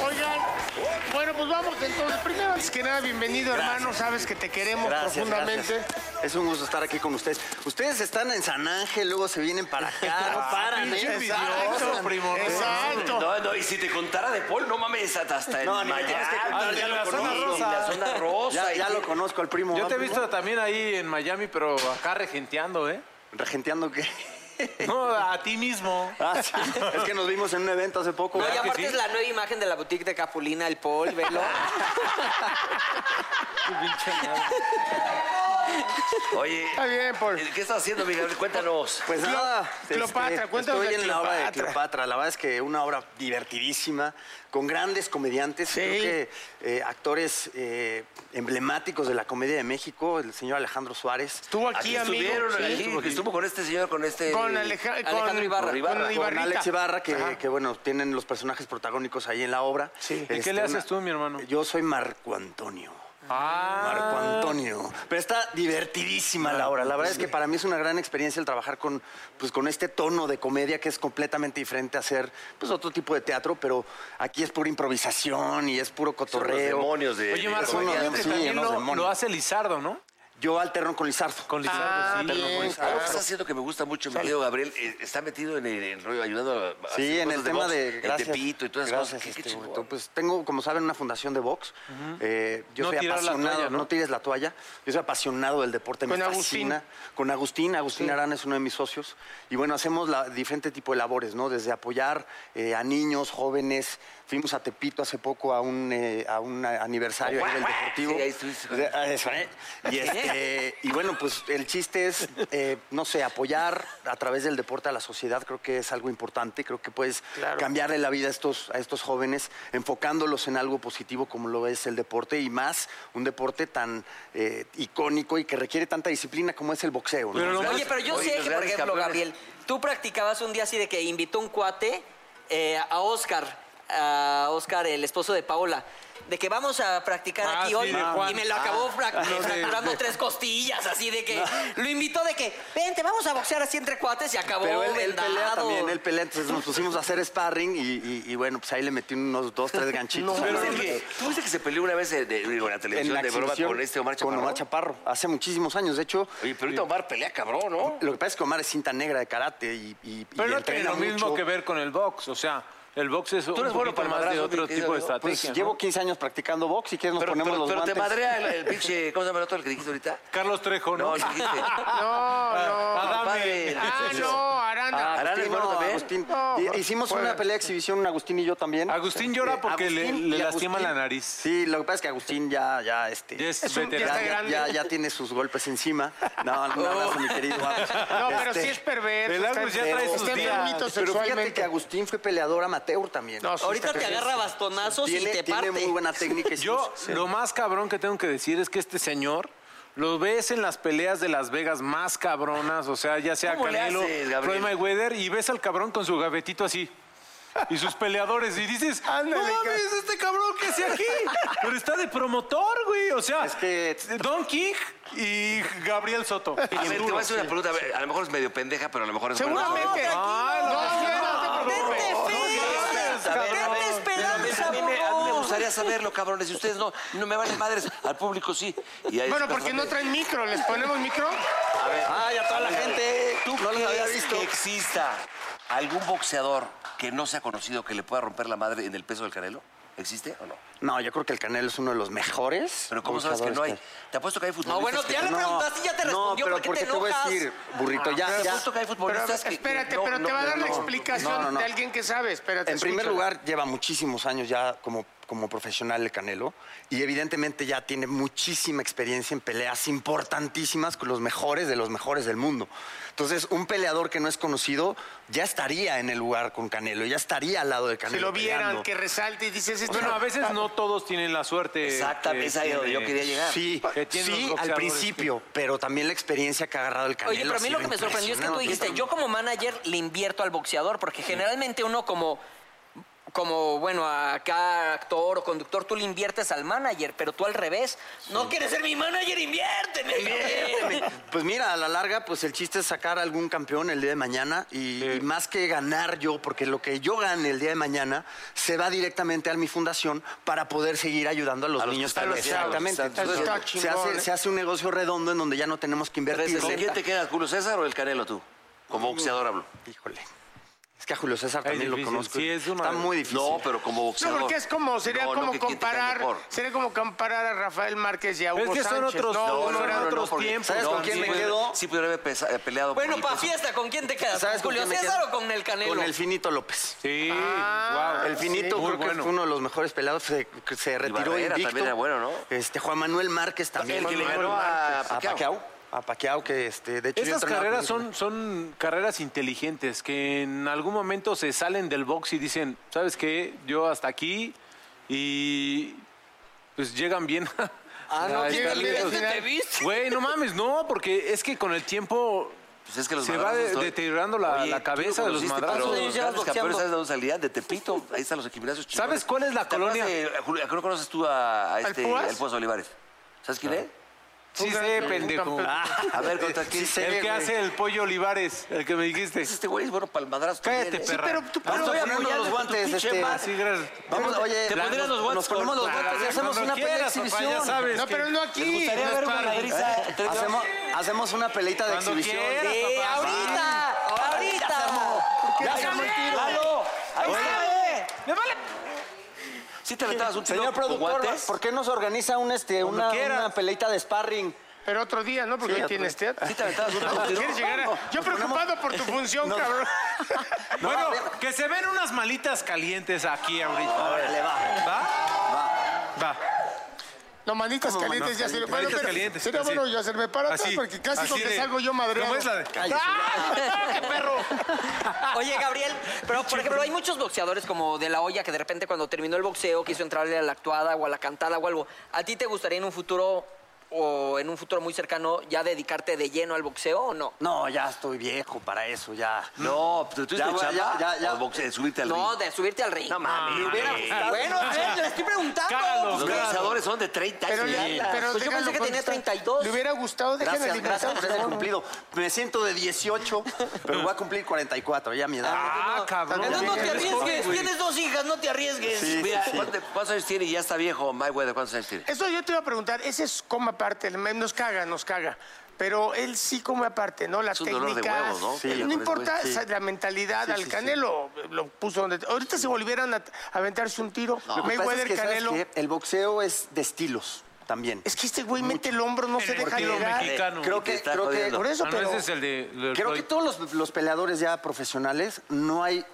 Oigan, bueno, pues vamos entonces. Primero, antes que nada, bienvenido, hermano. Sabes que te queremos profundamente.
gracias. Es un gusto estar aquí con ustedes. Ustedes están en San Ángel, luego se vienen para acá, no paran, ¿eh?
Pinche envidioso,
Exacto.
primo. Exacto.
No, no, y si te contara de Paul, no mames, hasta, hasta
No, no,
desmayarte,
tienes que contar,
güey,
ya lo
la zona
conozco.
rosa. La zona rosa.
Ya,
y
ya lo conozco al primo.
Yo
¿va,
te he
primo?
visto también ahí en Miami, pero acá regenteando, ¿eh?
Regenteando que.
No, a ti mismo.
Ah, sí. Es que nos vimos en un evento hace poco.
No, y
¿verdad que
aparte
sí?
es la nueva imagen de la boutique de Capulina, el Paul, velo.
Oye,
Está bien, Paul.
¿qué estás haciendo, Miguel? Cuéntanos.
Pues
Cleo-
nada, este,
Cleopatra, cuéntanos
estoy
de
en la obra de
Cleopatra.
Cleopatra. La verdad es que una obra divertidísima, con grandes comediantes, creo que eh, actores eh, emblemáticos de la comedia de México, el señor Alejandro Suárez.
Estuvo aquí, amigo.
Estuvieron
Sí.
aquí, porque estuvo con este señor, con este...
Con Aleja- con-
Alejandro Ibarra.
con
Ibarra. Con
Con
Ibarrita.
Alex Ibarra, que,
Ajá.
que, bueno, tienen los personajes protagónicos ahí en la obra. Este,
Sí. ¿Y
qué le haces tú, mi hermano?
Yo soy Marco Antonio.
Ah,
Marco Antonio. Pero está divertidísima la obra. La verdad es que para mí es una gran experiencia el trabajar con, pues, con este tono de comedia que es completamente diferente a hacer pues, otro tipo de teatro, pero aquí es pura improvisación y es puro
Son los
cotorreo.
demonios de...
oye,
de-
Marco,
son los
creo que
dem- sí,
también
los
lo,
demonios.
lo hace Lizardo, ¿no?
Yo alterno con Lizardo.
Con Lizardo,
Ah,
sí.
bien,
Algo que
claro.
está haciendo que me gusta mucho, mi querido Gabriel, eh, está metido en el, en el rollo, ayudando a... a
Sí,
hacer
en
cosas
el tema
box,
de,
en
gracias,
Tepito y todas esas
gracias,
cosas. Qué- qué
este,
chingón.
Beto. Pues tengo, como saben, una fundación de box. Eh, yo
No
soy
tirar la
apasionado,
toalla, ¿no?
¿no? tires la toalla. Yo soy apasionado del deporte,
Con
me
Agustín.
fascina. Con Agustín, Agustín Arana es uno de mis socios. Y bueno, hacemos la, diferente tipo de labores, ¿no? Desde apoyar eh, a niños, jóvenes. Fuimos a Tepito hace poco a un, eh, a un eh, aniversario ahí del deportivo.
Sí, ahí estuviste con-
De- Ah, eso, ¿eh? Y, este, y bueno, pues el chiste es, eh, no sé, apoyar a través del deporte a la sociedad, creo que es algo importante, creo que puedes cambiarle la vida a estos, a estos jóvenes, enfocándolos en algo positivo como lo es el deporte y más un deporte tan eh, icónico y que requiere tanta disciplina como es el boxeo. ¿no?
Pero lo
Oye, pero yo
Oye,
sé
los
que, por
grandes
ejemplo,
campeones.
Gabriel, tú practicabas un día así de que invitó un cuate eh, a Oscar, a Oscar, el esposo de Paola, de que vamos a practicar
Ah,
aquí
sí,
hoy.
de Juan.
Y me lo acabó fra-
no, de-
fracturando
de-
tres costillas, así de que lo invitó de que, vente, vamos a boxear así entre cuates y acabó
Pero él, él pelea
vendado.
también, él pelea, entonces nos pusimos a hacer sparring y, y- y bueno, pues ahí le metí unos dos, tres ganchitos.
Pero es que, ¿Tú viste que se peleó una vez de, de- digo, en la
en
televisión
la
de broma
exhibición
con este Omar
con
Chaparro?
Omar Chaparro, hace muchísimos años. De hecho,
Oye, pero ahorita Omar pelea cabrón, ¿no?
Lo que pasa es que Omar es cinta negra de karate y, y- y
Pero no tiene
entrena
lo mismo
mucho.
que ver con el box, o sea, el box es un
eres bueno
poquito
para el
más de
madrazo,
otro
mi querido
tipo de
amigo.
estrategia.
Pues,
¿no?
llevo 15 años practicando box y que nos
Pero,
ponemos
pero-
los
pero te
guantes.
madrea el, el pinche... ¿Cómo se llama el otro el que dijiste ahorita?
Carlos Trejo, ¿no?
No, no dijiste.
No, no.
Adame.
Compadre.
Ah, no, Aranda.
Ah,
Arana es
Agustín,
bueno
no,
también.
Agustín.
No, pues,
Y- Hicimos
juega.
una pelea de exhibición, Agustín y yo también.
Agustín llora
Este,
porque le-
Agustín
le
y
lastima la nariz.
Sí, lo que pasa es que Agustín ya, ya, este,
Ya es
Es un- ya
veterano.
está grande.
ya- ya tiene sus golpes encima. No, no, abrazo, mi querido. Agus.
No, pero
Este,
sí es perverso.
el
está
Agus ya
enfermo,
trae sus
está
días.
enfermito
Pero fíjate
sexualmente.
que Agustín fue peleador amateur también.
No, sí
Ahorita
está
te
perverso.
agarra bastonazos y
tiene,
te
tiene
parte.
muy buena técnica. y
Yo
sus-
lo más cabrón que tengo que decir es que este señor lo ves en las peleas de Las Vegas más cabronas, o sea, ya sea
¿Cómo le
Canelo,
haces, Gabriel?
Floyd Mayweather, y ves al cabrón con su gavetito así. Y sus peleadores, y dices,
Ándale,
no mames,
ca-
este cabrón que hace aquí. Pero está de promotor, güey. O sea,
Es que-
Don King y Gabriel Soto.
A ver, te voy a hacer una pregunta, a, ver, a lo mejor es medio pendeja, pero a lo mejor es buena.
Seguramente.
Ah,
No, no, no, no, no,
¡Vente,
no,
Fer!
mames, cabrón.
¡Vente, Esperanza,
A mí, me, a mí me
bobo!
gustaría saberlo, cabrones. Y ustedes no, no me valen madres. Al público sí. Y ahí-
Bueno, porque no traen micro. ¿Les ponemos micro?
Ay, a toda la gente.
¿Tú
no los había
crees
visto.
que exista algún boxeador que no sea conocido que le pueda romper la madre en el peso del canelo? ¿Existe o no?
No, yo creo que el Canelo es uno de los mejores.
Pero ¿cómo sabes que no hay?
boxeadores
Te apuesto que hay futbolistas.
No, bueno,
que-
ya le
No,
preguntaste y ya te respondió.
No, pero
¿Por qué
porque
te
te, voy a
enojas?
decir, burrito, ya,
Te
ya.
apuesto que hay
Pero,
futbolistas que-
espérate,
que no-
pero
no-
te va a dar
no,
la
no.
explicación
No, no, no.
de alguien que sabe. Espérate.
En primer
escúchala.
lugar, lleva muchísimos años ya como, como profesional el Canelo y evidentemente ya tiene muchísima experiencia en peleas importantísimas con los mejores de los mejores del mundo. Entonces, un peleador que no es conocido ya estaría en el lugar con Canelo, ya estaría al lado de
Si
Canelo.
lo vieran,
peleando.
que resalte y dices... este-
Bueno, a veces no todos tienen la suerte.
Exactamente,
que
es ahí donde yo
tiene-
quería llegar.
Sí,
Que tienen los
sí, al
boxeadores
principio, pero también la experiencia que ha agarrado el Canelo.
Oye, pero a
ha
mí lo
sido
que me sorprendió es que tú dijiste,
impresionante.
yo como manager le invierto al boxeador, porque generalmente uno como, como bueno, acá actor o conductor, tú le inviertes al manager, pero tú al revés. No quieres ser mi manager, inviérteme. cabrón".
Pues mira, a la larga, pues el chiste es sacar algún campeón el día de mañana y, y más que ganar yo, porque lo que yo gane el día de mañana se va directamente a mi fundación para poder seguir ayudando a los
A los que
niños.
están
también.
haciendo.
Exactamente.
Está
Entonces,
chingón,
se, hace,
¿eh?
se hace un negocio redondo en donde ya no tenemos que invertir.
360. ¿Con quién te quedas, Julio César o el Canelo tú? Como boxeador hablo.
Híjole. Es que a Julio César
Es
también
difícil.
lo conozco.
Sí, es una-
Está muy difícil.
No, pero como
No,
boxeador.
porque es como, sería
No, no,
como
que quién te cae
comparar,
mejor.
sería como comparar a Rafael Márquez y a Hugo
Es que son
Sánchez.
otros-
No,
no,
no,
eran
no, no,
otros
porque-
tiempos.
¿Sabes con
No,
quién
sí,
me
güey.
quedo?
Sí pudiera haber pesa- eh, peleado
Bueno,
por
para
mi peso.
fiesta, ¿con quién te quedas?
¿Sabes
¿Con
con
Julio
quién me
César
quedo?
o con el Canelo?
Con el Finito López.
Sí,
Ah,
wow.
El Finito
Muy
creo que
bueno.
fue uno de los mejores pelados. Se, que se retiró
Barrera
invicto.
también era bueno, ¿no?
Este, Juan Manuel Márquez también.
El que le
Juan
ganó
Manuel
a
Márquez.
Pacquiao.
A Pacquiao. A Pacquiao, que este, de hecho... yo
Estas
entrenaba con
carreras
él.
son, son carreras inteligentes que en algún momento se salen del box y dicen, ¿sabes qué? Yo hasta aquí y pues llegan bien.
Ah, no,
a
¿quién
estar
te viste?
listos.
¿Te viste?
Güey, no mames, no, porque es que con el tiempo
Pues es que los
se va
madrazos
de-
todo-
deteriorando la,
Oye,
la
tú
cabeza
lo
de los
conociste,
madrazos.
Pero
Sí,
los
ya
grandes
boxeando.
campeones, ¿sabes de dónde salían? De Tepito. Ahí están los equipazos chingones.
¿Sabes cuál es la
¿Te acuerdas
colonia?
de- Julio, creo que conoces tú a, a
¿Al
este,
Púas?
El Púas Olivares. ¿Sabes
Ah.
quién es?
Sí sé,
Un
pendejo. Ah,
campeón.
A ver, contra quién.
Sí sé,
El que
güey.
hace el pollo Olivares, el que me dijiste.
Este güey es bueno para el madrazo.
Cállate,
también, ¿eh?
perra.
pero tú-
Ah,
Vamos
estoy
poniendo
apoyando
los
tu
guantes,
pinche
este,
madre.
Sí, gracias.
Vamos, oye,
Te pondrías los
nos-
guantes
nos ponemos
con-
los guantes y
Claro,
hacemos
cuando
una pelea
quieras, papá, ya
exhibición.
sabes
No,
que-
pero no aquí.
gustaría
no
ver
es
una
para-
madriza entre dos?
Hacemos, hacemos una peleita de
Cuando
exhibición.
quieras,
Sí.
Eh,
papá.
¡Ahorita! ¡Ahorita!
Ya se armó el tiro.
¡Lalo! Ahí está.
¡Me vale!
¿Sí te aventabas un tiro
Señor
con
productor,
guantes?
¿por qué nos organiza un, este, una,
quieras.
una peleita de sparring?
Pero otro día, ¿no? Porque
Sí,
hoy
otro
tienes
día.
teatro.
¿Sí te aventabas un tiro?
¿Quieres llegar a- Yo preocupado por tu función, cabrón.
Bueno, que se ven unas malitas calientes aquí ahorita.
Órale, va.
¿Va? Va.
No, manitas calientes ya se le
Manitas
Bueno, pero
calientes,
Sería
así.
bueno yo hacerme para atrás
Así,
porque casi
así
con que
de-
salgo yo madreado.
¿Cómo es la de-
¡Ah! ¡Qué perro!
Oye, Gabriel, pero por ejemplo, hay muchos boxeadores como de la olla que de repente cuando terminó el boxeo quiso entrarle a la actuada o a la cantada o algo. ¿A ti te gustaría en un futuro o en un futuro muy cercano ya dedicarte de lleno al boxeo o no?
No, ya estoy viejo para eso, ya.
No, ¿tú
Ya,
estás
ya,
chamba?
ya, ya.
¿O boxe- subirte al
No,
ring?
de subirte al ring.
No mames.
Me hubiera gustado. Bueno, a ver, le estoy preguntando.
Cágalo,
Pues,
Los
Claro.
boxeadores son de 30
Pero,
años.
le-
ya.
pero
Pues yo
déjalo
pensé que tenía
contestar.
32.
Le hubiera gustado, déjenme
Gracias, gracias
alimentar.
por ese cumplido. Me siento de 18, pero voy a cumplir 44, ya mi edad.
Ah, cabrón.
No, no te
Eres joven,
arriesgues.
güey.
Tienes dos hijas, no te arriesgues.
Sí,
Mira,
sí, sí.
¿cuánto- ¿cuántos años tiene y ya está viejo Mayweather? ¿Cuántos años tiene?
Eso yo te iba a preguntar, ese es como aparte, el- nos caga, nos caga. Pero él sí come aparte, ¿no? La
Es un
técnica.
dolor de huevos, ¿no?
Sí.
no importa
Sí.
o sea, la mentalidad. al Canelo lo puso donde. Ahorita si volvieran a a aventarse un tiro,
Lo que pasa es
Mayweather,
que, ¿sabes
Canelo.
qué? El boxeo es de estilos también.
Es que este güey mete el hombro, no se deja
estilo
llegar.
mexicano.
creo
Te
que,
está
creo que,
jodiendo.
Por eso,
Ah, no,
pero.
ese es el de... el
creo
Floyd.
que todos los, los peleadores ya profesionales, no hay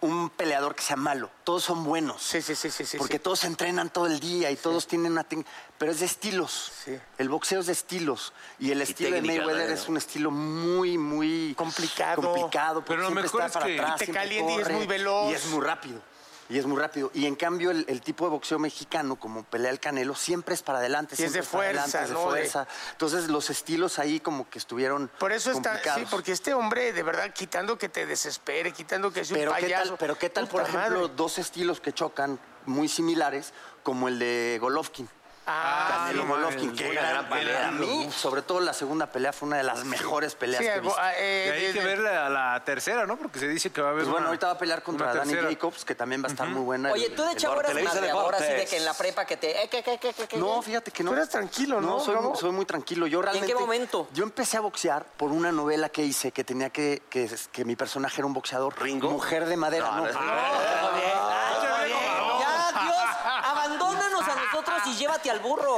un peleador que sea malo. Todos son buenos.
Sí, sí, sí, sí, sí.
Porque
sí.
todos entrenan todo el día y todos tienen una técnica. Pero es de estilos.
Sí.
El boxeo es de estilos. Y el estilo
técnica,
de Mayweather
¿no?
es un estilo muy, muy.
Complicado.
Complicado. porque
Pero lo
siempre
mejor
está
es
para
que-
atrás,
Y te
siempre
calienta y es
corre,
muy veloz.
Y es muy rápido. Y es muy rápido. Y en cambio, el, el tipo de boxeo mexicano, como pelea el Canelo, siempre es para adelante.
Y es
siempre
de
para adelante,
fuerza,
es de
¿no? De-
fuerza. Entonces, los estilos ahí como que estuvieron.
Por eso está, sí,
complicados.
porque este hombre, de verdad, quitando que te desespere, quitando que es un
Pero qué
payaso.
tal, pero qué tal por
puta
ejemplo,
madre.
dos estilos que chocan muy similares, como el de Golovkin.
Ah,
Canelo
no
Golovkin,
mames,
qué
güey,
gran
gran
pelea.
pelea.
A mí, sobre todo la segunda pelea fue una de las mejores peleas
sí,
que he
algo,
visto.
ah, eh,
Y hay
de-
que
de-
ver la, la tercera, ¿no? Porque se dice que va a haber
Pues bueno,
una-
ahorita va a pelear contra
una
Danny
tercera.
Jacobs, que también va a estar muy buena.
Oye,
El-
tú de
el-
chavo eras
Televisa
madreador así de
Deportes.
que en la prepa que te... eh, que, que, que, que, que.
No, fíjate que no.
Tú eras tranquilo, ¿no,
soy,
Gabo?
soy muy tranquilo. Yo
qué
realmente,
momento?
Yo empecé a boxear por una novela que hice que tenía que... Que, que mi personaje era un boxeador.
¿Ringo?
Mujer de madera.
No,
No,
no es-
Ah,
ah,
Ya, Dios, abandónanos a nosotros y llévate al burro.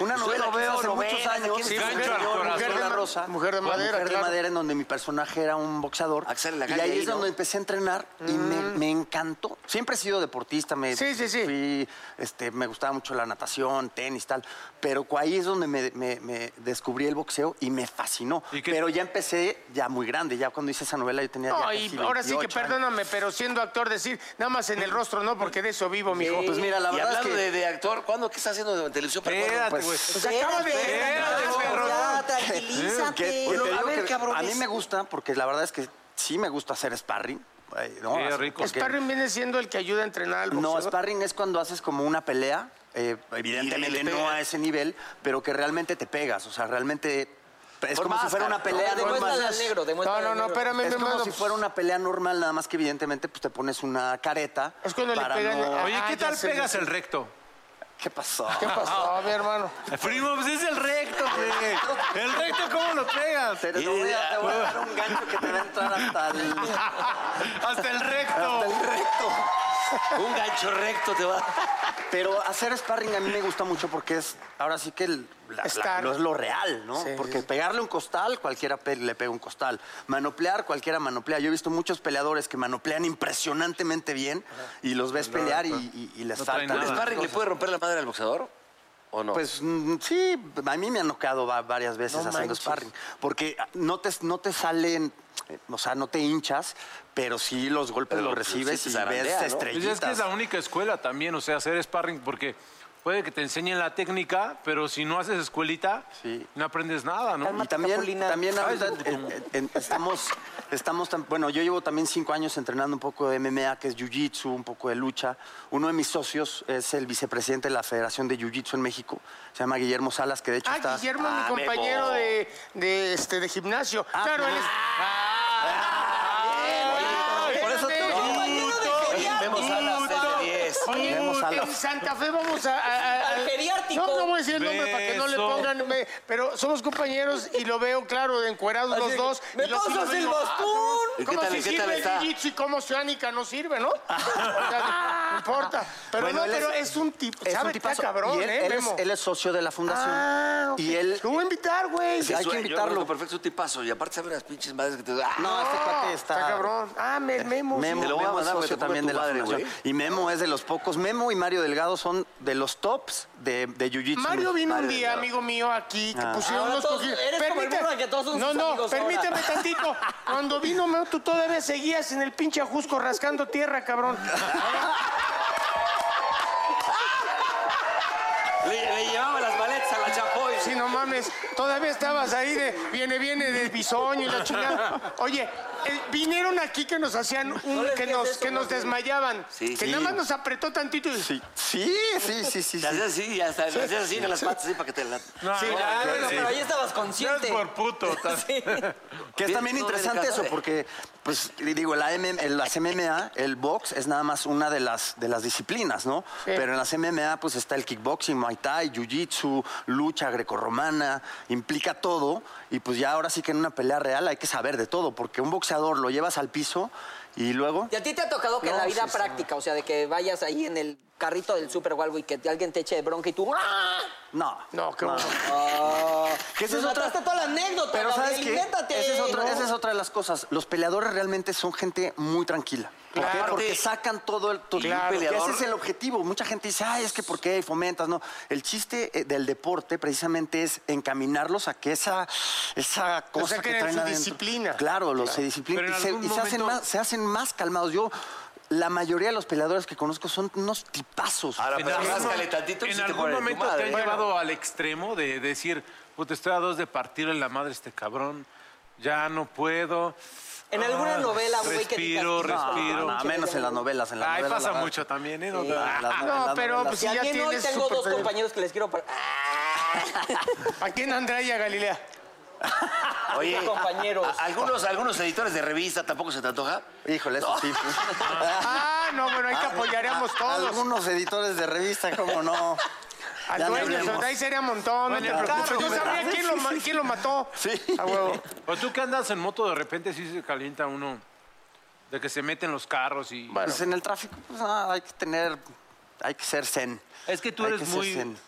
Una
Yo
novela
la
que
veo,
hice hace
novelas,
muchos años.
¿quién
Sí,
sabe?
Mujer,
Gancho al
Mujer
corazón.
de ma-
Rosa.
Mujer de madera.
Mujer de madera,
en donde mi personaje era un boxeador.
Axel
y
Lagalla
ahí
ahí,
es
¿no?
donde empecé a entrenar y me, me encantó. Siempre he sido deportista. Me,
Mm. Sí, sí, sí.
fui, este, me gustaba mucho la natación, tenis, tal. Pero cu- ahí es donde me, me- me descubrí el boxeo y me fascinó.
¿Y qué-
Pero ya empecé ya muy grande. Ya cuando hice esa novela yo tenía
No,
ya
y
casi
ahora sí que
28 años.
perdóname, pero siendo actor decir, nada más en el rostro no, porque de eso vivo, mijo.
Pues mira, la
y
verdad es
hablando
que...
de, de actor, ¿cuándo qué está haciendo de televisión? para cuándo?
Espérate, güey.
pues,
acaba de-
Espérate,
Espérate,
cabrón,
perro.
ya,
Eh,
tranquilízate.
Que- que
Bueno,
te
a
digo
ver,
que
cabrones.
a mí me gusta porque la verdad es que sí me gusta hacer sparring. Ay, no,
Sí,
así,
rico.
porque-
Sparring viene siendo el que ayuda a entrenar al
No,
boxeador.
sparring es cuando haces como una pelea, eh, evidentemente
Y le
no
pega.
a ese nivel, pero que realmente te pegas, o sea, realmente es
Con
como si
máscara.
fuera una pelea
No, demuéstrale
normal.
al negro,
No,
demuéstrale
no,
al
no,
negro.
espérame,
Es
mi
como
hermano.
si fuera una pelea normal, nada más que evidentemente pues te pones una careta.
Es cuando le
para
pegan
no-
a-
Oye,
Ah,
¿qué
ya
tal
sé,
pegas
ya
el recto?
¿Qué pasó?
¿Qué
Ah,
pasó, mi hermano?
Primo, pues es el recto, güey. ¿El recto cómo lo pegas? Eh,
Te, te voy a, te voy a dar un gancho que te va a entrar hasta el,
Ah,
Hasta el
hasta
recto.
el recto.
pues, Un gancho recto te va.
Pero hacer sparring a mí me gusta mucho porque es, ahora sí que el- la- la-
Estar.
lo es lo real, ¿no?
Sí,
porque
sí, sí.
pegarle un costal, cualquiera pe- le pega un costal. Manoplear, cualquiera manoplea. Yo he visto muchos peleadores que manoplean impresionantemente bien y los ves pelear y, y- y les
No traen
falta.
¿El
nada.
sparring le puede romper la madre al boxeador? ¿O no?
Pues mm, sí, a mí me han noqueado va- varias veces
No
haciendo
manches.
sparring. Porque ah, no te, no te salen, eh, o sea, no te hinchas, pero sí los golpes
Pero
los
sí
recibes
te
y
zarandea,
ves
¿no?
Pues
estrellitas.
es que es la única escuela también, o sea, hacer sparring, porque puede que te enseñen la técnica, pero si no haces escuelita,
Sí.
no aprendes nada, ¿no?
Y también,
Capulina.
Ah,
también
Ay,
ahorita, eh, eh, en- estamos, estamos tan- bueno, yo llevo también cinco años entrenando un poco de MMA, que es Jiu-Jitsu, un poco de lucha. Uno de mis socios es el vicepresidente de la Federación de Jiu-Jitsu en México, se llama Guillermo Salas, que de hecho
Ah,
está...
Guillermo,
Ah,
mi compañero
Memo.
de, de, este, de gimnasio.
Ah,
claro, él es...
Oye, por eso te-
Vemos a las seis de 10.
Oye,
Vemos a los-
en Santa Fe vamos a... a- a-
Al geriátrico.
No, no voy a decir el nombre para que no le
Beso.
pongan... me- pero somos compañeros y lo veo, claro, de encuerados los
que,
dos.
¡me
y lo sigo
pasas el
viendo.
bastón!
¿Y qué
¿Cómo
tal-
si
qué tal
sirve el
está?
jiu-jitsu y cómo oceánica no sirve, no? O sea, no importa. Pero
Bueno,
no,
él es-
pero es un tipo...
es un
¿Sabe qué
tipazo.
cabrón,
Y él,
eh,
él es,
Memo?
él es socio de la fundación.
Ah, ok.
Y él...
Lo voy a invitar, güey.
Sí, hay que invitarlo.
Perfecto, es un tipazo. Y aparte sabe unas pinches madres que te... ¡Ah!
No, este cuate está...
Está cabrón. Ah, me- Memo. sí.
Eh, Memo,
Te lo voy a
Memo es
mandar, güey,
socio
te pongo
también
tu
de la
madre,
fundación.
güey.
Y Memo es de los pocos. Memo y Mario Delgado son de los tops de, de Jiu-Jitsu.
Mario vino un día,
Delgado.
amigo mío, aquí, que
Ah.
pusieron
Ahora
los
todos-
cojidos.
eres como el
Permíteme-
burro que todos son
No,
sus
no,
amigos
permíteme tantito. Cuando vino, Memo, tú todavía seguías en el pinche ajusco rascando tierra, cabrón.
Le, le llevaba las maletas a la Chapoy.
Sí, no mames, todavía estabas ahí de viene, viene del bisoño y la chingada. Oye, eh, vinieron aquí que nos hacían un,
No les
que
digas
nos,
eso,
que nos
Martín.
desmayaban.
Sí,
que
sí.
nada más nos apretó tantito y
Sí, sí, sí, sí, sí.
Te
sí.
hacías así, ya está. Te hacías así con las patas así para que te la...
No,
Sí,
no,
ya,
no,
Bueno,
sí.
pero ahí estabas
No
consciente.
es por puto. tas-
Sí.
Que es también
Viendo
interesante
delicadeza.
eso, porque, pues, digo, la MM, el- las MMA, el box es nada más una de las, de las disciplinas, ¿no? Pero en las MMA, pues, está el kickboxing, muay thai, jiu-jitsu, lucha grecorromana, implica todo. Y, pues, ya ahora sí que en una pelea real hay que saber de todo, porque un boxeador lo llevas al piso y luego...
Y a ti te ha tocado que en
No,
la vida
sí, sí.
práctica, o sea, de que vayas ahí en el carrito del súper o algo y que alguien te eche de bronca y tú... ¡Ah!
No.
No, qué bueno.
Que esa
Nos
es otra-
mataste toda la anécdota,
Pero ¿sabes
Gabriel,
qué?
invéntate.
Esa es, otra,
No.
esa es otra de las cosas. Los peleadores realmente son gente muy tranquila. ¿Por qué?
Claro.
Porque sacan todo el... todo-
Claro.
que
Peleador-
Ese es el objetivo. Mucha gente dice, ay, es que ¿por qué fomentas? No, el chiste eh, del deporte precisamente es encaminarlos a que esa, esa cosa
saquen
que
en
traen
su
adentro-
disciplina.
Claro, los se disciplinan.
Pero
Y,
en
se,
algún
y se hacen
momento-
más, se hacen más calmados. Yo... La mayoría de los peleadores que conozco son unos tipazos.
Ahora, pero
algún
ráscale
mo-
tantito y
en
si te
algún
pones tu
momento te
madre.
han
Bueno.
llevado al extremo de decir, puta, estoy a dos de partirle la madre a este cabrón, ya no puedo. Ah,
En alguna novela, güey, que
Respiro,
digas, "No,
respiro.
No, no, menos en las novelas. En las
Ay,
novelas,
pasa
la-
mucho también, ¿eh? No,
en las- en las
No, pero,
novelas.
pues,
Si
Ya
alguien hoy
tienes
tengo
súper
dos
feliz.
compañeros que les quiero... par- ah,
¿A quién Andrea y a Galilea?
Oye,
compañeros.
a- algunos, algunos editores de revista tampoco se te antoja.
Híjole, eso sí.
Ah, no, bueno, ahí te apoyaríamos
ah,
A-
todos.
Algunos editores de revista, cómo no.
Al
Ya ni
dueño,
hablemos.
sobre ahí sería montón, no te
Bueno,
preocupes.
claro,
Yo
¿verdad?
sabría quién lo, ma- quién lo mató.
Sí.
A huevo.
O tú que andas en moto, de repente sí se calienta uno. De que se meten los carros y...
Pues en el tráfico, pues ah, hay que tener, hay que ser zen.
Es que tú
Hay
eres
ser
muy
zen.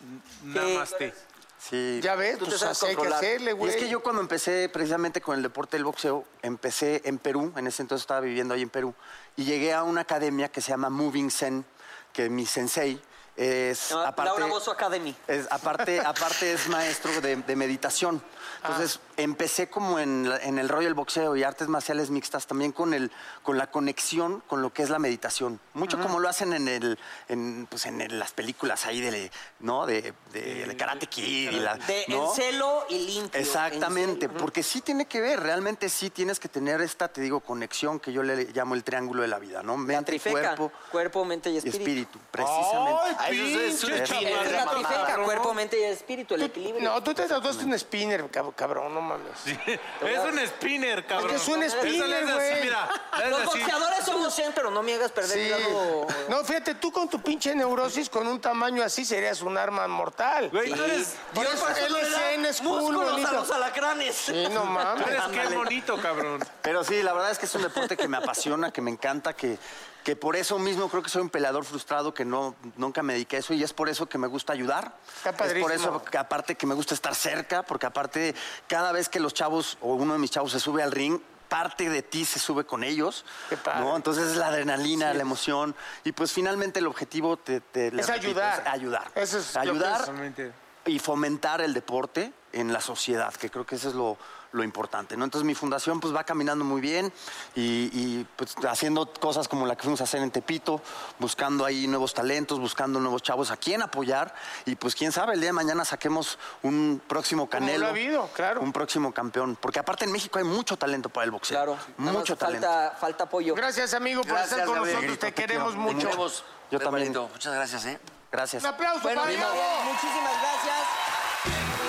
namaste.
Sí.
Ya ves,
Tú te
pues,
sabes
así hay que
controlar.
hacerle, güey.
Y es que yo cuando empecé precisamente con el deporte del boxeo, empecé en Perú, en ese entonces estaba viviendo ahí en Perú, y llegué a una academia que se llama Moving Zen, que mi sensei
Ah,
es...
No,
aparte,
Laura Bozo Academy.
es- aparte, aparte es maestro de, de meditación. Entonces
Ah.
empecé como en, la- en el rollo del boxeo y artes marciales mixtas también con, el, con la conexión con lo que es la meditación. Mucho como lo hacen en, el, en, pues en el- las películas ahí de, ¿no? de, de- de Karate Kid. y la-
De
¿no?
encelo y limpio.
Exactamente,
encelo. Ujú.
porque sí tiene que ver, realmente sí tienes que tener esta, te digo, conexión que yo le llamo el triángulo de la vida, ¿no?
La
Mente,
trifeca,
cuerpo
cuerpo, mente y
y
espíritu.
espíritu, precisamente.
Ay, eso es
pinche
un
chaval.
chingo
Es
de
la
mamada.
trifeca, cuerpo, mente y espíritu, el equilibrio.
No, tú te tatuaste un spinner, cab- cabrón, no mames.
Es un spinner, cabrón.
Es que es un
Esa le hace
spinner,
así,
güey.
mira, le hace
Los
así.
boxeadores somos zen, pero no me hagas perder
Sí.
el lado.
No, fíjate, tú con tu pinche neurosis, con un tamaño así, serías un arma mortal.
Güey, tú eres,
Por eso LCN es cool,
músculos a
bonito.
los alacranes.
Sí, no
tú
mames.
eres qué bonito, cabrón.
Pero sí, la verdad es que es un deporte que me apasiona, que me encanta, que, que por eso mismo creo que soy un peleador frustrado, que no, nunca me dediqué a eso y es por eso que me gusta ayudar.
Está
es
padrísimo.
por eso que aparte que me gusta estar cerca, porque aparte cada vez que los chavos o uno de mis chavos se sube al ring, parte de ti se sube con ellos,
Qué padre.
¿no? Entonces es la adrenalina, la emoción y pues finalmente el objetivo te, te- les
Es
repito,
ayudar.
es ayudar,
Eso es lo que
ayudar
es.
y fomentar el deporte en la sociedad, que creo que eso es lo, lo importante. ¿no? Entonces mi fundación pues va caminando muy bien y, y, pues, haciendo cosas como la que fuimos a hacer en Tepito, buscando ahí nuevos talentos, buscando nuevos chavos a quién apoyar y pues quién sabe, el día de mañana saquemos un próximo
Como lo
canelo.
ha habido, claro.
Un próximo campeón, porque aparte en México hay mucho talento para el boxeo.
Claro, nada más
Mucho talento.
falta, falta apoyo.
Gracias, amigo, por
Gracias,
estar con
Gabriel.
nosotros.
Grito,
te
te
queremos
quiero.
mucho.
Te quiero.
Vemos,
Yo también.
hermanito. Muchas gracias, ¿eh?
Gracias.
Un aplauso
Bueno,
para
primo,
Diego.
muchísimas gracias.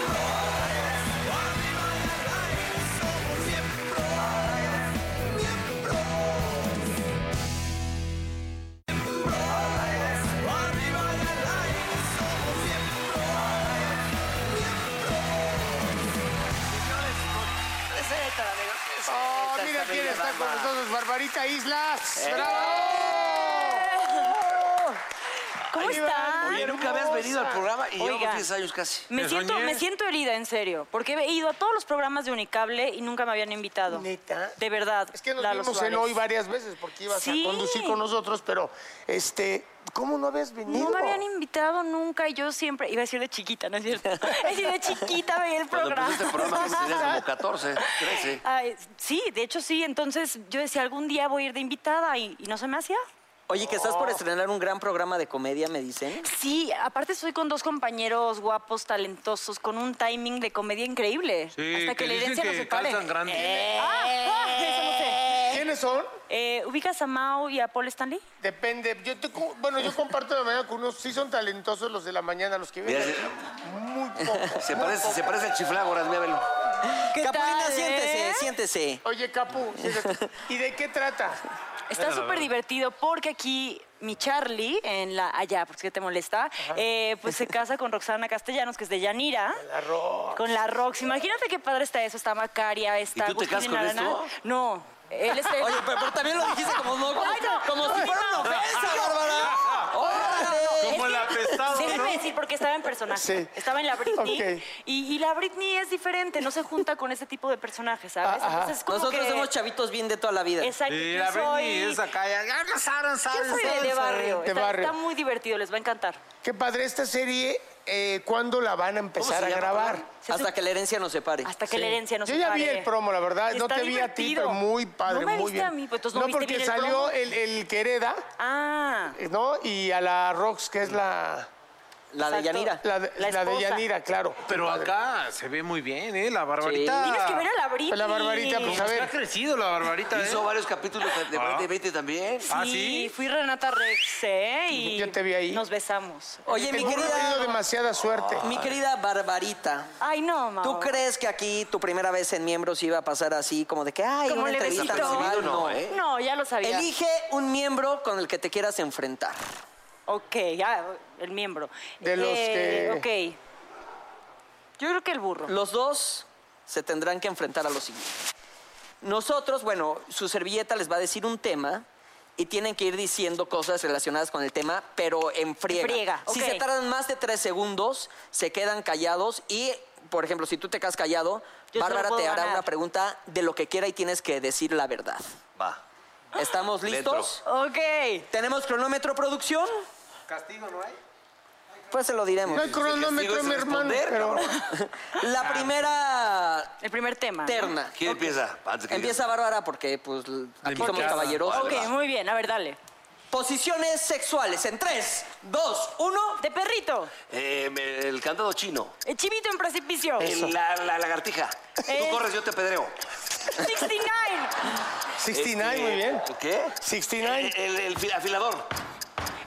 Oh, mira quién está con nosotros, Barbarita Islas.
Eh.
¡Bravo!
¿Cómo
Ahí va.
están?
Oye, nunca habías venido al programa y llevamos
Oiga.
10 años casi.
Me siento, me siento herida, en serio, porque he ido a todos los programas de Unicable y nunca me habían invitado.
¿Neta?
De verdad.
Es que nos
Lalo
vimos en
Suárez.
hoy varias veces porque ibas
Sí.
a conducir con nosotros, pero este, ¿cómo no habías venido?
No me habían invitado nunca y yo siempre, iba a decir de chiquita, ¿no es cierto? Es decir, de chiquita veía el
Cuando
programa.
empezaste
este
el programa tenías como 14, 13.
Ay, sí, de hecho sí, entonces yo decía, algún día voy a ir de invitada y, y no se me hacía.
Oye, que estás
Oh.
por estrenar un gran programa de comedia, me dicen.
Sí, aparte estoy con dos compañeros guapos, talentosos, con un timing de comedia increíble.
Sí,
hasta que,
que
la
dicen
herencia no
que
se pare.
calzan grande.
Ah, ah, eso no sé.
¿Quiénes son?
Eh, ¿Ubicas a Mao y a Paul Stanley?
Depende. Yo te co- bueno, yo comparto la mañana con unos. Sí son talentosos los de la mañana, los que
Mira,
vienen.
se,
Muy pocos.
se parece, se parece al chiflágoras, míralo.
¿Qué
Capulina,
tal,
siéntese,
eh?
siéntese.
Oye, Capu, siéntate. ¿y de qué trata?
Está súper divertido porque aquí mi Charlie, en la allá, porque te molesta, eh, pues se casa con Roxana Castellanos, que es de Yanira. Con la Rox. Imagínate qué padre está eso. Está Macaria, está
tú te
Agustín
casas con
Arana.
esto?
No. Él es el-
Oye, pero, pero también lo dijiste como, no, como,
Ay, no.
como si fuera una ofensa, Bárbara.
Es
Como
que-
el apestado,
Déjame
¿no?
decir, porque estaba en personaje.
Sí.
Estaba en la Britney.
Ok.
Y, y la Britney es diferente, no se junta con ese tipo de personajes, ¿sabes? Entonces, como
Nosotros
que-
somos chavitos bien de toda la vida.
Exacto.
Y
yo
la Britney
soy-
es acá, ya, ya casaron,
Yo
¿sabes?
soy de, de barrio.
De
está,
barrio.
está muy divertido, les va a encantar.
Qué padre esta serie. eh, ¿Cuándo la van a empezar
se
a
llama?
grabar?
Hasta que la herencia nos separe.
Hasta que la herencia no
Yo
se
ya vi el
pare.
promo, la verdad.
Y
No
está
te vi a ti,
divertido.
pero muy padre,
No me
muy
viste
bien.
a mí, pues, entonces no, viste
porque
bien el
salió
promo.
el, el que hereda,
Ah,
¿no? Y a la Rox, que es la,
La de
Exacto.
Yanira.
la, de-
La
la de
esposa.
Yanira, claro.
Pero acá se ve muy bien, ¿eh? La barbarita.
tienes que ver a la Britney.
Pues la Barbarita, pues a
Se ha
ver.
crecido la barbarita, ¿eh?
Hizo varios capítulos de- de
Ah.
20 20 también.
¿Ah,
Sí,
sí?
fui Renata Rex, ¿eh? Y
Yo te vi ahí.
Nos besamos.
Oye, mi
Seguro ha tenido
querida,
demasiada suerte.
mi querida Barbarita.
Ay, no, mamá.
¿Tú crees que aquí tu primera vez en miembros iba a pasar así, como de que, ay,
Como
una entrevista
levecito.
personal?
No,
No,
¿eh?
No, ya lo sabía.
Elige un miembro con el que te quieras enfrentar.
Ok, ya, el miembro.
De los
que... Ok. Yo creo que el burro.
Los dos se tendrán que enfrentar a lo siguiente. Nosotros, bueno, su servilleta les va a decir un tema y tienen que ir diciendo cosas relacionadas con el tema, pero en friega.
friega,
Si
ok.
se tardan más de tres segundos, se quedan callados y, por ejemplo, si tú te quedas callado,
Yo solo
Bárbara
puedo
te hará
ganar.
una pregunta de lo que quiera y tienes que decir la verdad.
Va.
¿Estamos
Le
listos?
Ok.
¿Tenemos cronómetro producción?
¿Castigo no hay?
Pues se lo diremos.
No hay cronómetro, mi hermano. Pero...
La primera
El primer tema. ¿no?
terna.
¿Quién empieza? Antes que
Empieza Bárbara porque pues l- aquí somos caballeros.
Ok, muy bien. A ver, dale.
Posiciones sexuales en 3, 2, 1.
De perrito.
yo. Eh, me- el candado chino.
El chivito en precipicio.
El- la, la lagartija.
Eh.
Tú corres, yo te pedreo.
69.
69,
Este,
muy bien.
¿Qué?
69.
El, el- el fi- afilador.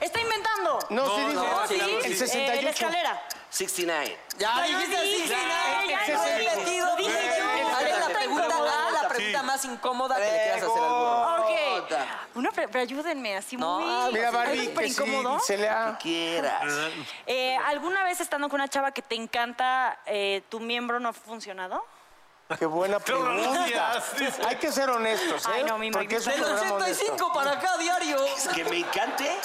Está inventando.
No, sí dijo.
No, sí.
El
Eh,
68.
la escalera.
69.
Ya
Ya
dijiste
lo dije,
así.
ya, ya
Se
lo
ha
dije.
repetido.
Lo dije yo.
Hazle la
Está
pregunta,
incómoda.
hazle la pregunta más incómoda que le quieras hacer al burro.
Ok. Una, pre- pero ayúdenme, así
No,
muy...
Mira,
algo
Barbie,
súper
que sí,
incómodo.
se le
Ah.
ha...
Quieras.
Eh, ¿Alguna vez estando con una chava que te encanta, eh, tu miembro no ha funcionado?
Qué buena pregunta. Hay que ser honestos, ¿eh?
Ay, no, mi
Porque es un
Del
programa honesto.
85 para acá diario.
Que me encante.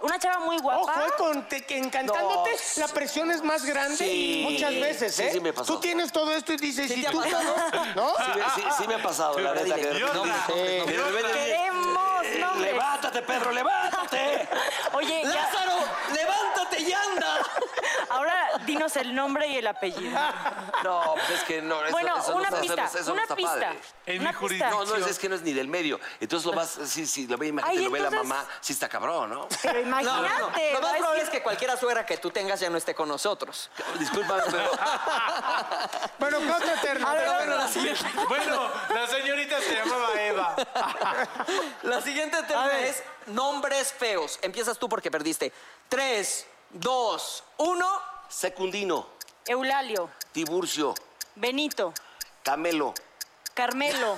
Una chava muy
Ojo,
guapa.
eh, con te- que encantándote, la presión es más grande
Sí.
muchas veces,
Sí,
¿eh?
sí me pasó.
Tú tienes todo esto y dices,
¿Sí
¿y
te ha
tú?
pasado?
¿No?
Sí, me- sí- sí me ha pasado, la neta. Que de repente-
No,
que de repente-
Queremos
Eh,
nombres.
Levántate, Pedro, levántate.
Oye, ya,
Lázaro, levántate y anda.
ahora dinos el nombre y el apellido.
No, pues es que no. eso-
bueno,
eso no
una
está- eso
pista,
no- eso no
una
está
pista.
padre.
En
una
mi
pista.
No, no, es, es que no es ni del medio. Entonces lo más, sí, sí, lo ve, imagínate,
Ay,
lo ve la
entonces- Eh.
mamá, sí está cabrón, ¿no?
Pero
No,
imagínate.
no, no. Lo
va a
más probable
decir-
es que cualquiera suegra que tú tengas ya no esté con nosotros.
Disculpa, pero
Ah.
Bueno, ¿qué otra terna?
A ver,
Pero,
vámonos a la siguiente.
Bueno, la señorita se llamaba Eva.
La siguiente tema es nombres feos. Empiezas tú porque perdiste. 3, 2, 1.
Secundino,
Eulalio,
Tiburcio,
Benito,
Camelo.
Carmelo.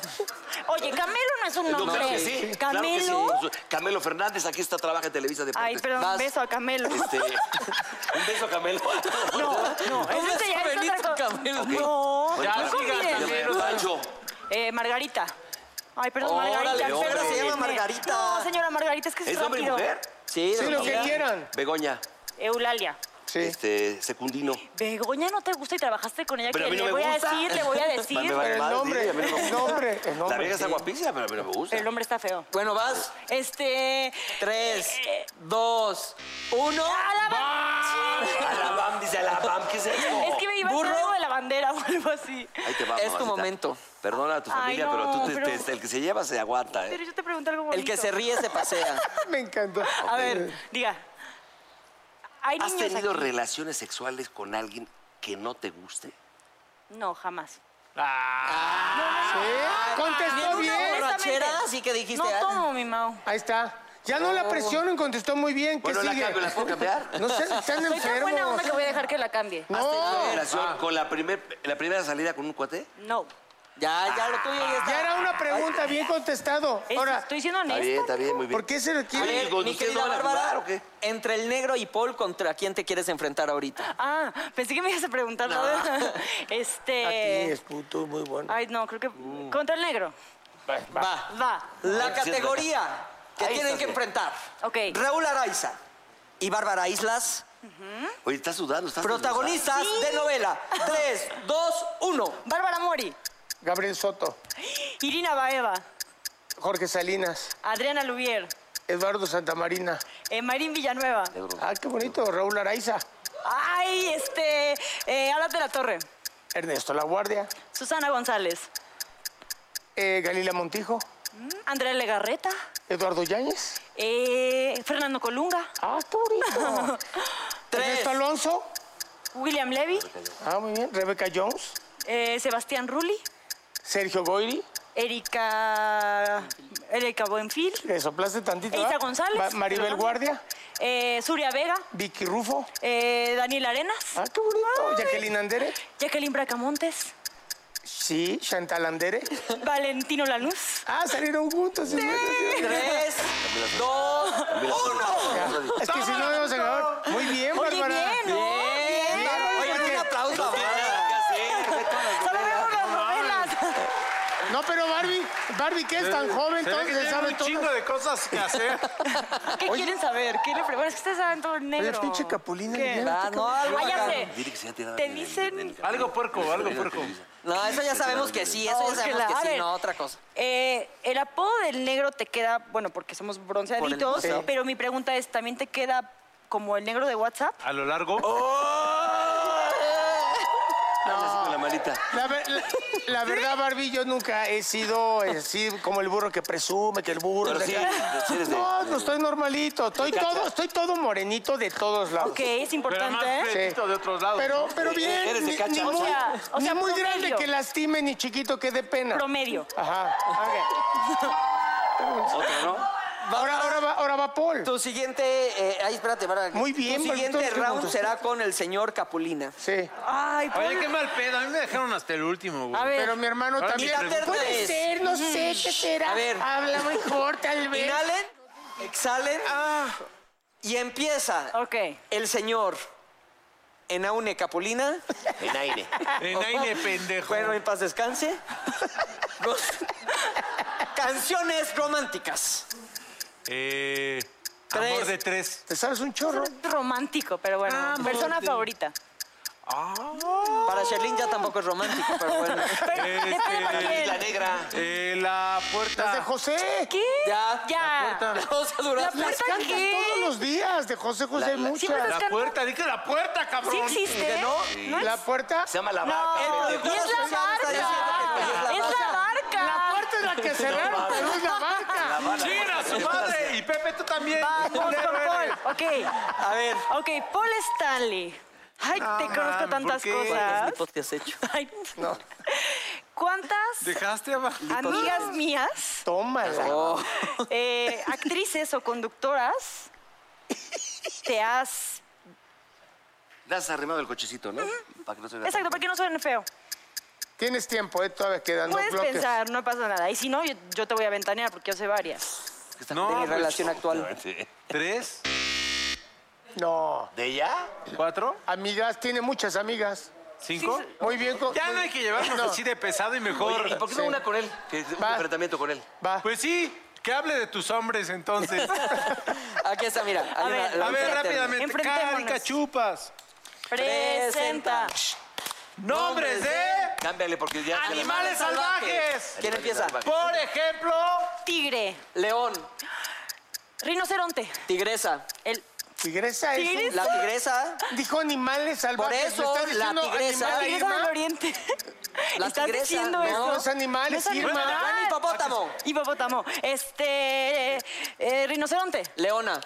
Oye, Carmelo no es un
No,
nombre.
claro que sí, claro que sí.
Camelo.
Camelo Fernández, aquí está, trabaja en Televisa Deportes.
Ay, pero un
Vas,
beso a Camelo.
Este, un beso, Camelo.
No, no,
Un
eso
beso
ya
a
es
Benito
otra cosa.
Camelo.
No,
Bueno, pues,
no
para-
conviene.
Yo me Pancho.
Eh, Margarita. Ay, perdón,
Órale,
Margarita.
hombre.
perdónenme.
Se llama Margarita.
No, señora Margarita, es que es,
¿Es hombre y
rápido.
mujer?
Sí,
Sí, lo que
quieras.
quieran.
Begoña,
Eulalia.
Sí.
este, Secundino.
Begoña no te gusta y trabajaste con ella.
Pero
que
a mí no
le
me
voy
gusta.
a decir, le voy a decir.
Me vale
Pero el
madre, sí,
nombre,
a mí no me
el
gusta.
nombre, el
La
nombre.
vieja está guapísima, pero a mí no me gusta.
Pero el hombre está feo.
Bueno, vas.
Este.
3,
Eh.
2, 1.
A la BAM, dice a la BAM, ¿qué es esto?
Es que me iba a decir
Burro.
algo de la bandera o algo así.
Ahí te va,
Es tu
mamacita.
momento.
Perdona a tu
Ay,
familia, pero
no,
tú, te-
pero-
te- el que se lleva se aguanta, ¿eh?
Pero yo te pregunto algo bonito.
El que se ríe se pasea.
Me encantó.
Ah,
A ver,
Diga. ¿Hay
¿Has
niños
tenido
aquí?
relaciones sexuales con alguien que no te guste?
No, jamás.
ah,
¿Sí? Contestó
una
bien.
borrachera, así que dijiste.
No
ah,
tomo, mi Mau.
Ahí está. Ya no la presionen, contestó muy bien. ¿Qué
Oh. Bueno, la
sigue?
cambio, ¿la puedo cambiar?
No sé, están
Soy tan buena
enfermos.
onda que voy a dejar que la cambie.
¿Has
No,
tenido relación
Ah.
con la, primer- la primera salida con un cuate?
No.
Ya, ya lo tuyo ya
Ah.
está.
ya era una pregunta bien contestado.
Es-
Ahora,
estoy siendo honesta.
Está bien, está bien, muy bien.
¿por qué se le
A
quiere?
ver,
Amigos,
mi
¿ustedes
querida
no van a
Bárbara,
jugar o qué?
entre el negro y Paul, ¿contra quién te quieres enfrentar ahorita?
Ah, pensé que me ibas a preguntar
No.
nada.
A ti
Este.
es puto, muy bueno.
Ay, no, creo que. Contra el negro.
Va.
Va.
La categoría que tienen que enfrentar.
Ok.
Raúl Araiza y Bárbara Islas,
Oye, estás sudando, estás
protagonistas de novela. 3, 2, 1.
Bárbara Mori.
Gabriel Soto,
Irina Baeva.
Jorge Salinas,
Adriana Lubier.
Eduardo Santamarina.
eh, Marín Villanueva.
Ah, qué bonito, Raúl Araiza,
Ay, este. Eh, Alas de la Torre.
Ernesto La Guardia,
Susana González.
eh, Galila Montijo,
Andrea Legarreta.
Eduardo Yáñez.
eh, Fernando Colunga.
Ah, qué bonito.
Tres.
Ernesto Alonso.
William Levy.
Ah, muy bien. Rebeca Jones,
eh, Sebastián Rulli.
Sergio Goyri.
Erika. Erika Buenfil.
Le soplaste tantito.
Eiza
¿ah?
González.
Ma- Maribel
Perdón.
Guardia,
eh, Zuria Vega.
Vicky Rufo.
eh, Daniel Arenas.
Ah, qué bonito.
Ay.
Jacqueline Andere.
Jacqueline Bracamontes.
Sí, Chantal Andere.
Valentino Lanús.
Ah, salieron juntos. es bueno, sí.
3, 2, 1.
Es que si no, vamos a acabar. Muy bien,
Oye,
Bárbara.
bien, ¿no? Bien.
Oye, un aplauso a Bárbara.
Solo veo las novelas.
No, pero Barbie, Barbie, ¿qué es tan joven?
Se ve que
Entonces se
tiene
sabe
un
todo.
chingo de cosas que hacer.
¿Qué quieren saber? ¿Qué le pre- Bueno, es que ustedes saben todo el negro.
pinche Capulina,
¿Qué?
ya no
Ah,
te
no,
comes.
algo
Ah, ya
acá.
sé.
Dile que se haya tirado
Te
en el-
dicen-
en el-
Algo puerco,
en el
algo
sonido
puerco.
que dice.
No, eso ya sabemos que sí, eso ya
Ósquela.
sabemos que
A
sí,
ver,
no, otra cosa.
eh, el apodo del negro te queda, bueno, porque somos bronceaditos,
Por el- sí.
pero mi pregunta es, ¿también te queda como el negro de WhatsApp?
A lo largo.
Oh,
Hazle así con la malita.
La, ver- la- la verdad, Barbie, yo nunca he sido así como el burro que presume, que el burro.
Pero
que-
sí, sí eres de-
no, no estoy normalito. Estoy todo, estoy todo morenito de todos lados.
Ok, es
pero
importante.
más
¿eh?
fresquito de otros lados.
Pero, pero bien,
Eres de
ni,
cacha.
ni
O
muy,
sea, o
ni
sea,
muy
promedio.
grande que lastime, ni chiquito que dé pena.
Promedio.
Ajá.
Otro, ¿no?
Ahora, ahora, va, ahora va Paul.
Tu siguiente, eh, ay, espérate, para,
Muy bien,
Tu siguiente
Barbarito,
round
qué
será con el señor Capulina.
Sí.
Ay,
Oye,
Paul.
qué mal pedo. A mí me dejaron hasta el último, güey.
A ver,
Pero mi hermano
Ahora
también.
mi
alterna
Puede
es-
ser, no sé qué será.
A ver.
Habla mejor, tal vez.
Inhalen, exhalen Ah. y empieza
ok.
el señor Enaune Capulina.
En aire.
En aire, pendejo.
Bueno, en paz descanse. Go- Canciones románticas.
Eh,
Tres.
Amor de tres.
Te sabes un chorro.
Romántico, pero bueno.
Ah,
persona favorita.
Para Sherlyn ya tampoco es romántico, pero bueno.
Pero
Este,
depende para quién.
La negra.
Eh, la
Las de
puerta.
José.
¿Qué?
Ya.
Ya.
O sea, dura-
La
Las
puerta
cantas
qué?
todos los días. De José José hay muchas.
siempre
La,
las
La puerta, dije la puerta,
¿Sí
cabrón.
existe? No. ¿No es?
puerta.
Se llama la
No,
vaca,
y
pendejo.
es la barca. pues, Es la barca.
La puerta es la que cerraron, pero es la barca.
¡China, su madre! Y Pepe, tú también.
Vamos
Culero
con Paul.
eres.
Ok,
A ver.
ok, Paul Stanley. Ay,
Ah,
te conozco
mames,
tantas
¿por qué?
cosas.
¿Qué has hecho?
Ay, ¿Cuántas
Dejaste abajo.
amigas mías,
Tómala.
eh, actrices o conductoras, te has.
Le has arrimado el cochecito, ¿no? Para que no se vea.
Exacto, para que no suene feo.
Tienes tiempo, ¿eh? Todavía quedan dos
Puedes
bloques.
pensar, no pasa nada. Y si no, yo, yo te voy a ventanear porque yo sé varias.
No,
de mi
pues,
relación actual.
¿Tres?
No.
¿De ella?
¿Cuatro?
Amigas, tiene muchas amigas.
¿Cinco?
Muy bien. con-
Ya no hay que llevarnos así de pesado y mejor.
¿Y por qué no una con él? Que- Un
Va.
enfrentamiento con él.
Va.
Pues sí, que hable de tus hombres entonces.
Aquí está, mira. hay
ver,
una- la
A ver,
alterna.
rápidamente.
Enfrentémonos.
Carica chupas.
Presenta.
Nombres ¿eh? de
Cámbiale porque ya... ya la-
animales salvajes.
¿Quién empieza?
Por ejemplo,
Tigre.
León,
Rinoceronte.
tigresa.
El.
Tigresa es. un-
Tigresa.
La tigresa.
Dijo animales
Por
salvajes.
eso,
¿Me estás
la
diciendo
tigresa-
animal,
La tigresa
Irma?
del oriente.
La
¿Estás
tigresa,
diciendo
no,
eso?
No, es animales,
No es
Irma.
animal.
Gran hipopótamo.
ah, Hipopótamo. Este. eh, eh, rinoceronte.
Leona.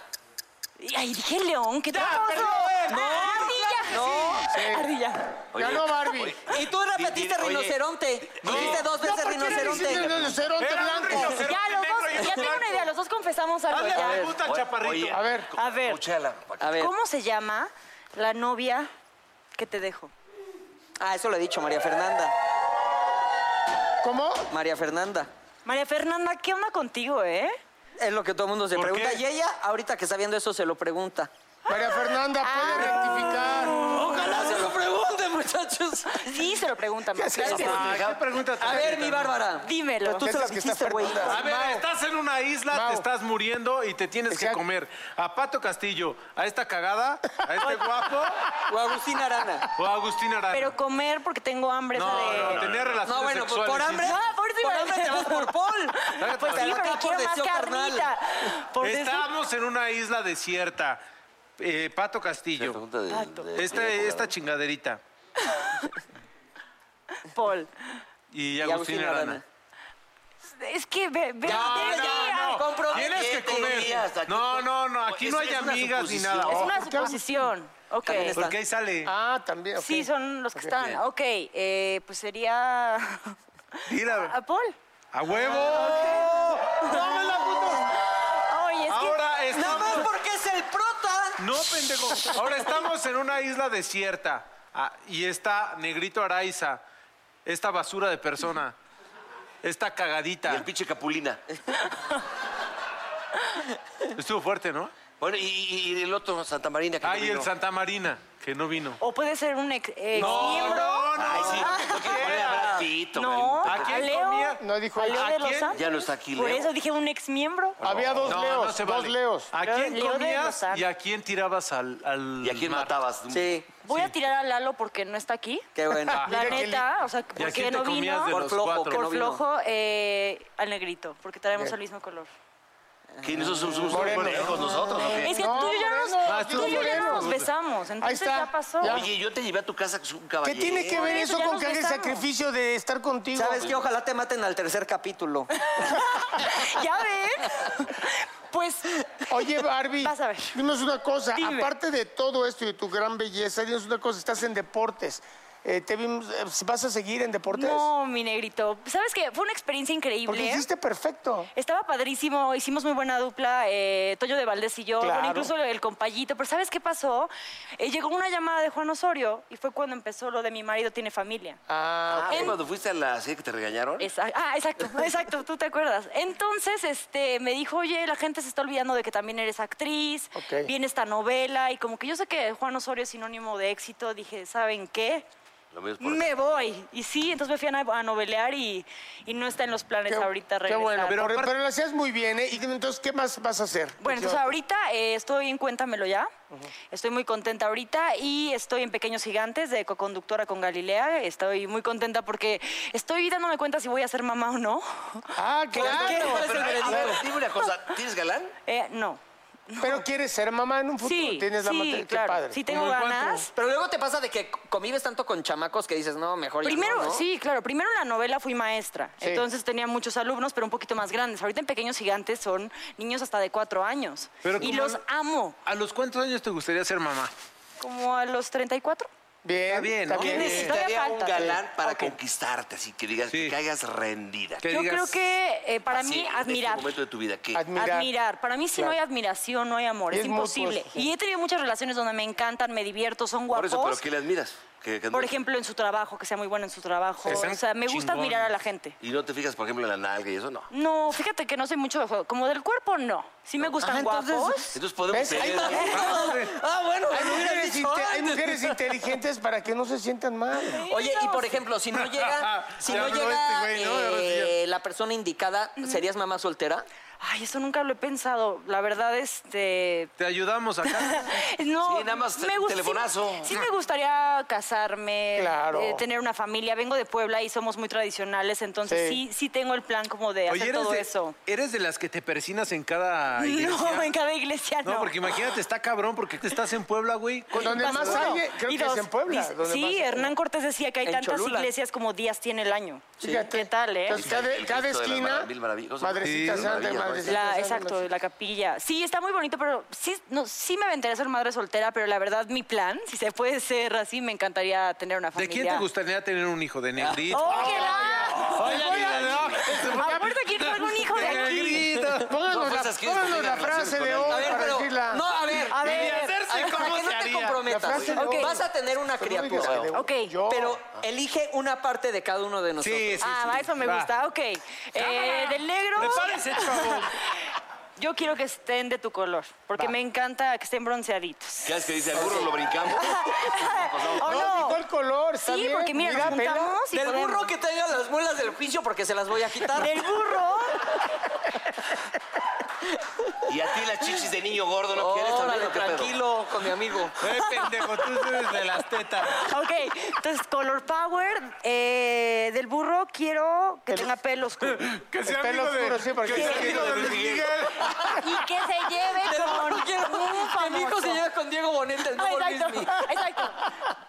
Ay, dije león, ¿qué te
perdió, eh.
No, ardilla. Ardilla.
Ya no, Barbie.
Y tú repetiste
Oye.
rinoceronte. Dijiste dos
No,
veces
¿por qué le dicen
rinoceronte.
rinoceronte
Era un
blanco.
rinoceronte.
Ya, los
negro y
dos, ya tengo una
blanco.
idea, los dos confesamos algo
hazle
ya.
pregunta al
Oye,
chaparrito.
A ver,
A ver,
Escúchala.
A ver.
¿cómo se llama la novia que te dejo?
Ah, eso lo he dicho, María Fernanda.
¿cómo?
María Fernanda.
María Fernanda, ¿qué onda contigo, eh?
Es lo que todo el mundo se
¿Por
pregunta.
qué?
Y ella, ahorita que está viendo eso, se lo pregunta.
María Fernanda
Ah.
puede rectificar.
Ojalá se lo pregunte, muchachos.
Sí, se lo preguntan.
Ay, ¿qué pregunta
A
tan-
ver, mi Bárbara.
Dímelo.
Tú se lo
Piensas que está
dijiste, güey.
Fernanda.
A ver, estás en una isla,
Mau.
te estás muriendo y te tienes que
Exacto.
comer a Pato Castillo, a esta cagada, a este guapo
O Agustín Arana.
o a Agustín Arana.
Pero comer porque tengo hambre, esa
no,
de...
no, tenía relaciones
No, bueno, pues
sexuales.
por hambre.
sí.
No, por eso
por
iba a
hambre te
decir.
vas por Paul.
Pues sí,
Pero
pero
acá por
quiero más
deseo carnal.
carnita. Por deseo...
Estamos en una isla desierta. Eh, Pato
La
Castillo.
pregunta de- de-
Esta, este, esta chingaderita.
Paul.
Y
Y
Agustín, Arana.
Es que ve, ve,
No,
ve- ve-
no, no.
Compromiso.
Tienes que
teorías,
comer.
aquí
No,
todo-
no, no. Aquí
Eso
no
es
hay
una
amigas ni nada.
Es
Oh,
una suposición. Ok.
También está.
Porque ahí sale.
Ah, también. ok.
Sí, son los que están. Ok, eh, pues sería...
Mira,
¿A Paul?
a huevo. No me la puto.
Oye, es que...
Ahora
Nada
estamos.
más porque es el prota.
No, pendejo. Ahora estamos en una isla desierta. Ah, y está Negrito Araiza. Esta basura de persona. Esta
Y el
cagadita.
pinche Capulina.
Estuvo fuerte, ¿no?
Bueno, y, y- y el otro, Santa Marina. Que no
Ah, y el
vino.
Santa Marina, que no vino.
O puede ser un ex, ex
No,
miembro.
no, no.
Ay, sí. No quiero poner a Brad Pepito,
No,
güey.
¿a,
¿A quién
Leo?
comía?
No dijo
¿A Leo
¿A
de los
quién?
Santos?
Ya no está aquí,
Por
Leo.
eso dije un ex miembro.
Había dos
No,
leos,
no se
dos
vale.
leos.
Ah,
¿A quién
Leo de
comías
Lozano.
y a quién tirabas al, al
¿Y a quién
mar?
matabas?
Sí,
Voy a tirar a Lalo porque no está aquí.
qué bueno.
La
Mira que
neta, o sea,
¿Y a
porque
quién te
no
comías
vino.
de
Por
los
flojo,
cuatro?
que
Por
no vino?
flojo eh, al negrito, porque traemos el mismo color.
Que nosotros somos muy conejos nosotros, ¿o qué?
Es que
No,
tú y yo, nos,
moreno, Ah,
tú y yo ya
moreno.
nos besamos, entonces
está,
ya pasó.
ya.
Oye, yo te llevé a tu casa con un
¿Qué
caballero.
tiene que ver
Por eso
eso
ya
con
nos
que haga el
besamos.
sacrificio de estar contigo?
¿Sabes qué? Ojalá te maten al tercer capítulo.
¿Ya ven? Pues
Oye, Barbie,
Vas a ver.
dinos una cosa.
Dime.
Aparte de todo esto y de tu gran belleza, dinos una cosa. Estás en deportes. Eh, te vimos, eh, ¿Vas a seguir en deportes?
no, mi negrito. ¿Sabes qué? Fue una experiencia
Porque
increíble.
hiciste perfecto.
Estaba padrísimo, hicimos muy buena dupla, eh, Toyo de Valdés y yo,
Claro.
bueno, incluso el compayito, pero ¿sabes qué pasó? Eh, llegó una llamada de Juan Osorio y fue cuando empezó lo de mi marido tiene familia.
Ah, ¿fue cuando fuiste a la serie que te regañaron?
Esa- ah, exacto, exacto, tú te acuerdas. Entonces, este, me dijo, oye, la gente se está olvidando de que también eres actriz,
Ok.
viene esta novela, y como que yo sé que Juan Osorio es sinónimo de éxito, dije, ¿saben qué?
Lo
Pues,
mismo por-
Me voy. Y sí, entonces me fui a, na- a novelear y, y no está en los planes ahorita
Qué
regresar.
bueno, pero,
Bueno,
pero lo hacías muy bien, ¿eh? Y entonces, ¿qué más vas a hacer?
entonces ahorita eh, estoy en Cuéntamelo Ya. Estoy muy contenta ahorita y estoy en Pequeños Gigantes de coconductora con Galilea. Estoy muy contenta porque estoy dándome cuenta si voy a ser mamá o no.
Ah,
No,
claro.
pero, a ver, dime una cosa, ¿tienes galán?
Eh, no.
Pero quieres ser mamá en un futuro.
Sí,
Tienes la
sí,
materia. Qué
claro.
padre.
Sí tengo
¿Cómo en cuánto?
ganas.
Pero luego te pasa de que convives tanto con chamacos que dices, no, mejor ya
Primero,
no, ¿no?
sí, claro. Primero en la novela fui maestra.
Sí.
Entonces tenía muchos alumnos, pero un poquito más grandes. Ahorita en Pequeños Gigantes son niños hasta de cuatro años.
Pero
y
tu
los
mam-
amo.
¿A los cuántos años te gustaría ser mamá?
Como a los 34.
Bien,
Está bien, ¿no?
¿Quién
bien.
es?
Necesitaría
Todavía
un
falta.
galán para conquistarte, así que digas
Sí.
que caigas rendida.
Que
Yo
digas,
creo que eh, para
Así,
mí,
En
admirar.
este momento de tu vida, ¿qué?
Admirar.
Admirar. Para mí, si no hay
Claro.
admiración, no hay amor.
Y
Es,
es mutuo,
imposible.
sí.
Y he tenido muchas relaciones donde me encantan, me divierto, son
Por
guapos.
eso, ¿pero qué le admiras? ¿Qué- qué-
Por ejemplo, en su trabajo, que sea muy bueno en su trabajo.
Que sean
O sea, me gusta
chingones.
admirar a la gente.
¿Y no te fijas, por ejemplo, en la nalga y eso? No.
No, fíjate que no soy mucho de juego. Como del cuerpo, no. Sí me gustan pues, guapos.
Entonces podemos
¿Ves? Ahí
tener...
va. ¿eh?
Ah, bueno,
Hay
lo hubieras
mujeres,
dicho
inte- hay
antes.
mujeres inteligentes para que no se sientan mal.
Oye, y por ejemplo, si no llega, si
Ya
no
habló
llega
este güey, ¿no? Ahora sí ya.
eh, la persona indicada, ¿serías mamá soltera?
Ay, eso nunca lo he pensado. La verdad, este.
Te ayudamos acá.
No,
Sí, nada más
me gust-
telefonazo.
Sí, sí me gustaría casarme,
Claro.
eh, tener una familia. Vengo de Puebla y somos muy tradicionales, entonces
Sí.
sí, sí, tengo el plan como de hacer todo
de,
eso.
eres de las que te persinas en cada iglesia.
No, en cada iglesia no.
No, porque imagínate, está cabrón, porque estás en Puebla, güey. Con-
Donde
Vas
más
uno.
hay, creo
Y
que es
dos.
en Puebla.
Dis-
donde
Sí,
más hay.
Hernán Cortés decía que hay
En
tantas
Cholula.
iglesias como días tiene el año.
Fíjate.
¿Qué tal, eh?
Entonces, cada,
El
cada
Cristo de las
esquina,
marav- mil maravillas.
madrecita
Sí,
santa,
maravillas,
madrecita
La,
santa.
exacto, la capilla. Sí, está muy bonito, pero sí, no, sí me aventaría a ser madre soltera, pero la verdad, mi plan, si se puede ser así, me encantaría tener una
¿De
familia.
quién te gustaría tener un hijo? ¿De Negrito?
¡Oh, qué la!
Oye, no,
Aparte, aquí traigo un hijo de
¡De
aquí.
Negrito!
Pónganos
No,
la,
pues, es que es
pónganos
tener
la
relaciones
frase de
con él.
hoy
A
A ver,
para decirla.
pero. No, a ver.
A ver,
a ver, para que no te
La
comprometas.
frase de
hoy.
Vas a tener una
Pero no digas
criatura.
que debo-
Ok,
yo.
Pero elige una parte de cada uno de nosotros.
Sí, sí,
ah, va,
sí.
eso me
Va.
gusta, ok. Eh, del negro.
Prepárense, chavos.
Yo quiero que estén de tu color, porque me encanta que estén bronceaditos.
¿Qué haces que dice? ¿Alguno lo brincamos?
¿O
No, dijo el color, está
Sí,
bien.
porque mira, nos
pela.
juntamos y
Del
podemos.
burro que traiga las muelas del juicio porque se las voy a quitar.
Del burro.
¿Y a ti las chichis de niño gordo no quieres también?
Órale,
o qué pedo?
tranquilo con mi amigo.
Eh, pendejo, tú eres de las tetas.
Ok, entonces Color Power, eh, del burro quiero que tenga pelo oscuro.
Que
sea pelo amigo de- oscuro, sí, porque- que sea amigo de Luis
Miguel.
Y que se lleve
Del burro
con
quiero
un
que mi hijo
famoso.
se lleve con Diego Boneta, el
Ah,
nuevo Luis
exacto,
Mi.
exacto.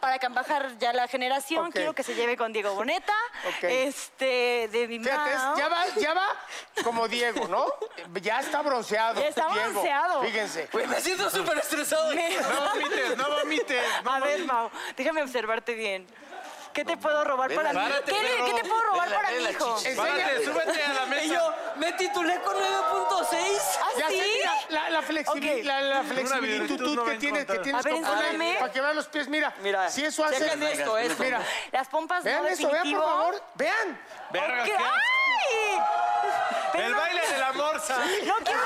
Para que bajar ya la generación,
Ok.
quiero que se lleve con Diego Boneta,
Ok.
este, de mi
Fíjate, es-
Mao.
ya va, ya va como Diego, ¿no? Ya está bronceado.
Ya está
Diego.
bronceado. Pues,
Fíjense.
Güey, me siento súper estresado.
No vomites, no vomites. no
A ver,
vomites.
Mau, déjame observarte bien. ¿Qué te puedo robar
Ven,
para mi
párate,
¿Qué, le-
perro.
¿Qué te puedo robar
Ven,
para
ven
mi
las
hijo?
chichis.
Párate, súbete a la mesa.
Y yo me titulé con 9.6.
¿Ah,
Ya sé,
sí?
mira, la, la flexibil-
Ok.
la, la
virtud
flexibilitud
no
que
va a
tienes, que
encontrar.
tienes
A ver,
con Julián,
enséñame.
Para que vean los pies, mira.
Mira,
si eso hace...
chequen esto, esto.
Mira,
Las pompas
vean
no
eso, vean por
definitivo.
favor. Vean.
Verga,
¿Qué?
qué asco.
¡Ay! Pero
El
no-
baile de la morsa.
No quiero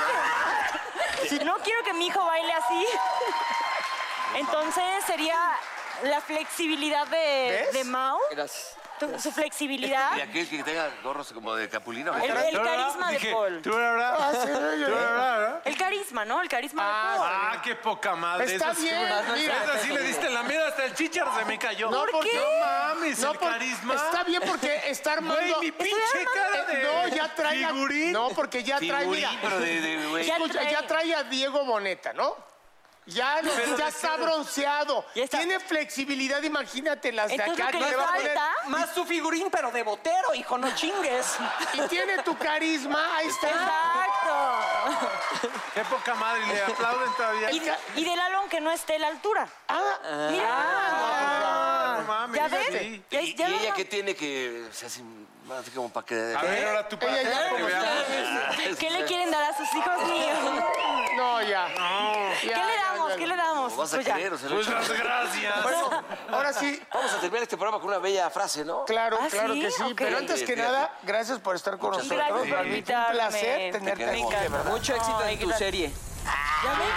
que. No quiero que mi hijo baile así. Entonces sería la flexibilidad de,
¿Ves?
de Mao.
Gracias.
tu- su flexibilidad.
Y aquel que tenga gorros como de capulino.
El,
¿verdad?
el carisma de Paul.
Ah,
El carisma, ¿no? El carisma de Paul.
Ah, qué poca madre.
Está
Esa sí-
bien, mira.
Esa sí le diste la mierda, hasta el chichar se me cayó.
No, ¿por qué?
No pues, mames, el
por-
carisma.
Está bien porque está armando.
Güey, mi pinche cara de
No, ya trae. a-
figurín.
No, porque ya trae.
Figurín,
Mira,
pero de, de, güey.
Ya
escucha,
trae.
Pues ya trae a Diego Boneta, ¿no? Ya, lo-
Pero
ya
de
está
cero.
bronceado.
pues Ya está.
Tiene flexibilidad, imagínate las de
Entonces,
acá.
lo que le
que le va a poner-
falta-
¿Ah? Más tu figurín, pero de botero, hijo, no chingues.
Y tiene tu carisma, ahí está.
Exacto.
Qué poca madre, le aplauden todavía.
Y, de- y del álbum que no esté la altura.
Ah,
Mira.
No mames.
¿Ya ves?
sí.
Ya-
¿Y, y
ya-
ella qué tiene que se hace más como para que Ah,
A ver, ahora tú para
Ella ya
que
como
veamos.
¿Qué, qué le quieren dar a sus hijos míos?
no, ya.
¿Qué le damos? ¿Qué le damos?
¿Lo vas a
Pues ya.
querer o se lo-
Muchas gracias.
Ahora sí,
Vamos a terminar este programa con una bella frase, ¿no?
Claro,
¿Ah,
claro
sí?
que sí.
Ok.
Pero antes que
Fíjate.
nada, gracias por estar con
Muchas
nosotros.
gracias por
Fue
invitarme.
Un placer
Te
tenerte aquí,
queremos.
de verdad.
Mucho éxito
Ay,
en tu
gracias.
serie.
¿Ya ven?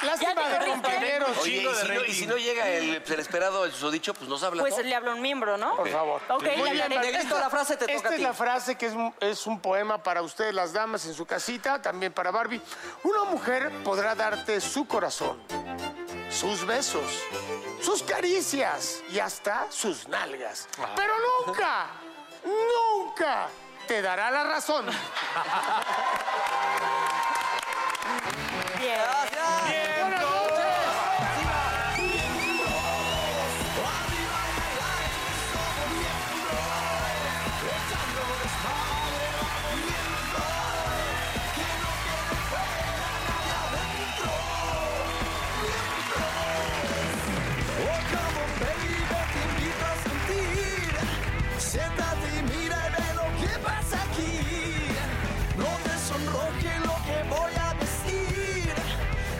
Lástima
te
de
corriste.
compañeros,
Oye,
Chingo
y
de
si, no, y
rating.
si no llega el, el esperado, el susodicho, pues nos habla,
Pues
¿no?
le habla un miembro, ¿no?
por favor.
Ok, le
Muy bien,
hablaré.
Margarita.
Negrito, la frase te toca
Esta
a
es
ti.
la frase que es un, es un poema para ustedes, las damas, en su casita, también para Barbie. Una mujer podrá darte su corazón, sus besos, sus caricias y hasta sus nalgas.
Ah.
Pero nunca, nunca te dará la razón.
Bien.
Buenas noches.
Siéntate y mira y ve lo que pasa aquí. No te sonroje lo que voy a decir.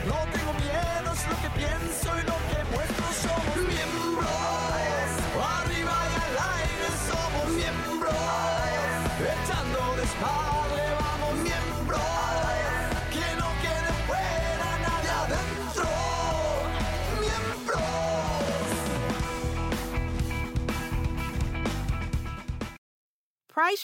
No tengo miedo, es lo que pienso y lo que muestro. Somos miembros. Arriba y al aire somos miembros. Echando desmadre vamos miembros. Que no quede fuera nadie adentro. Miembros.
Price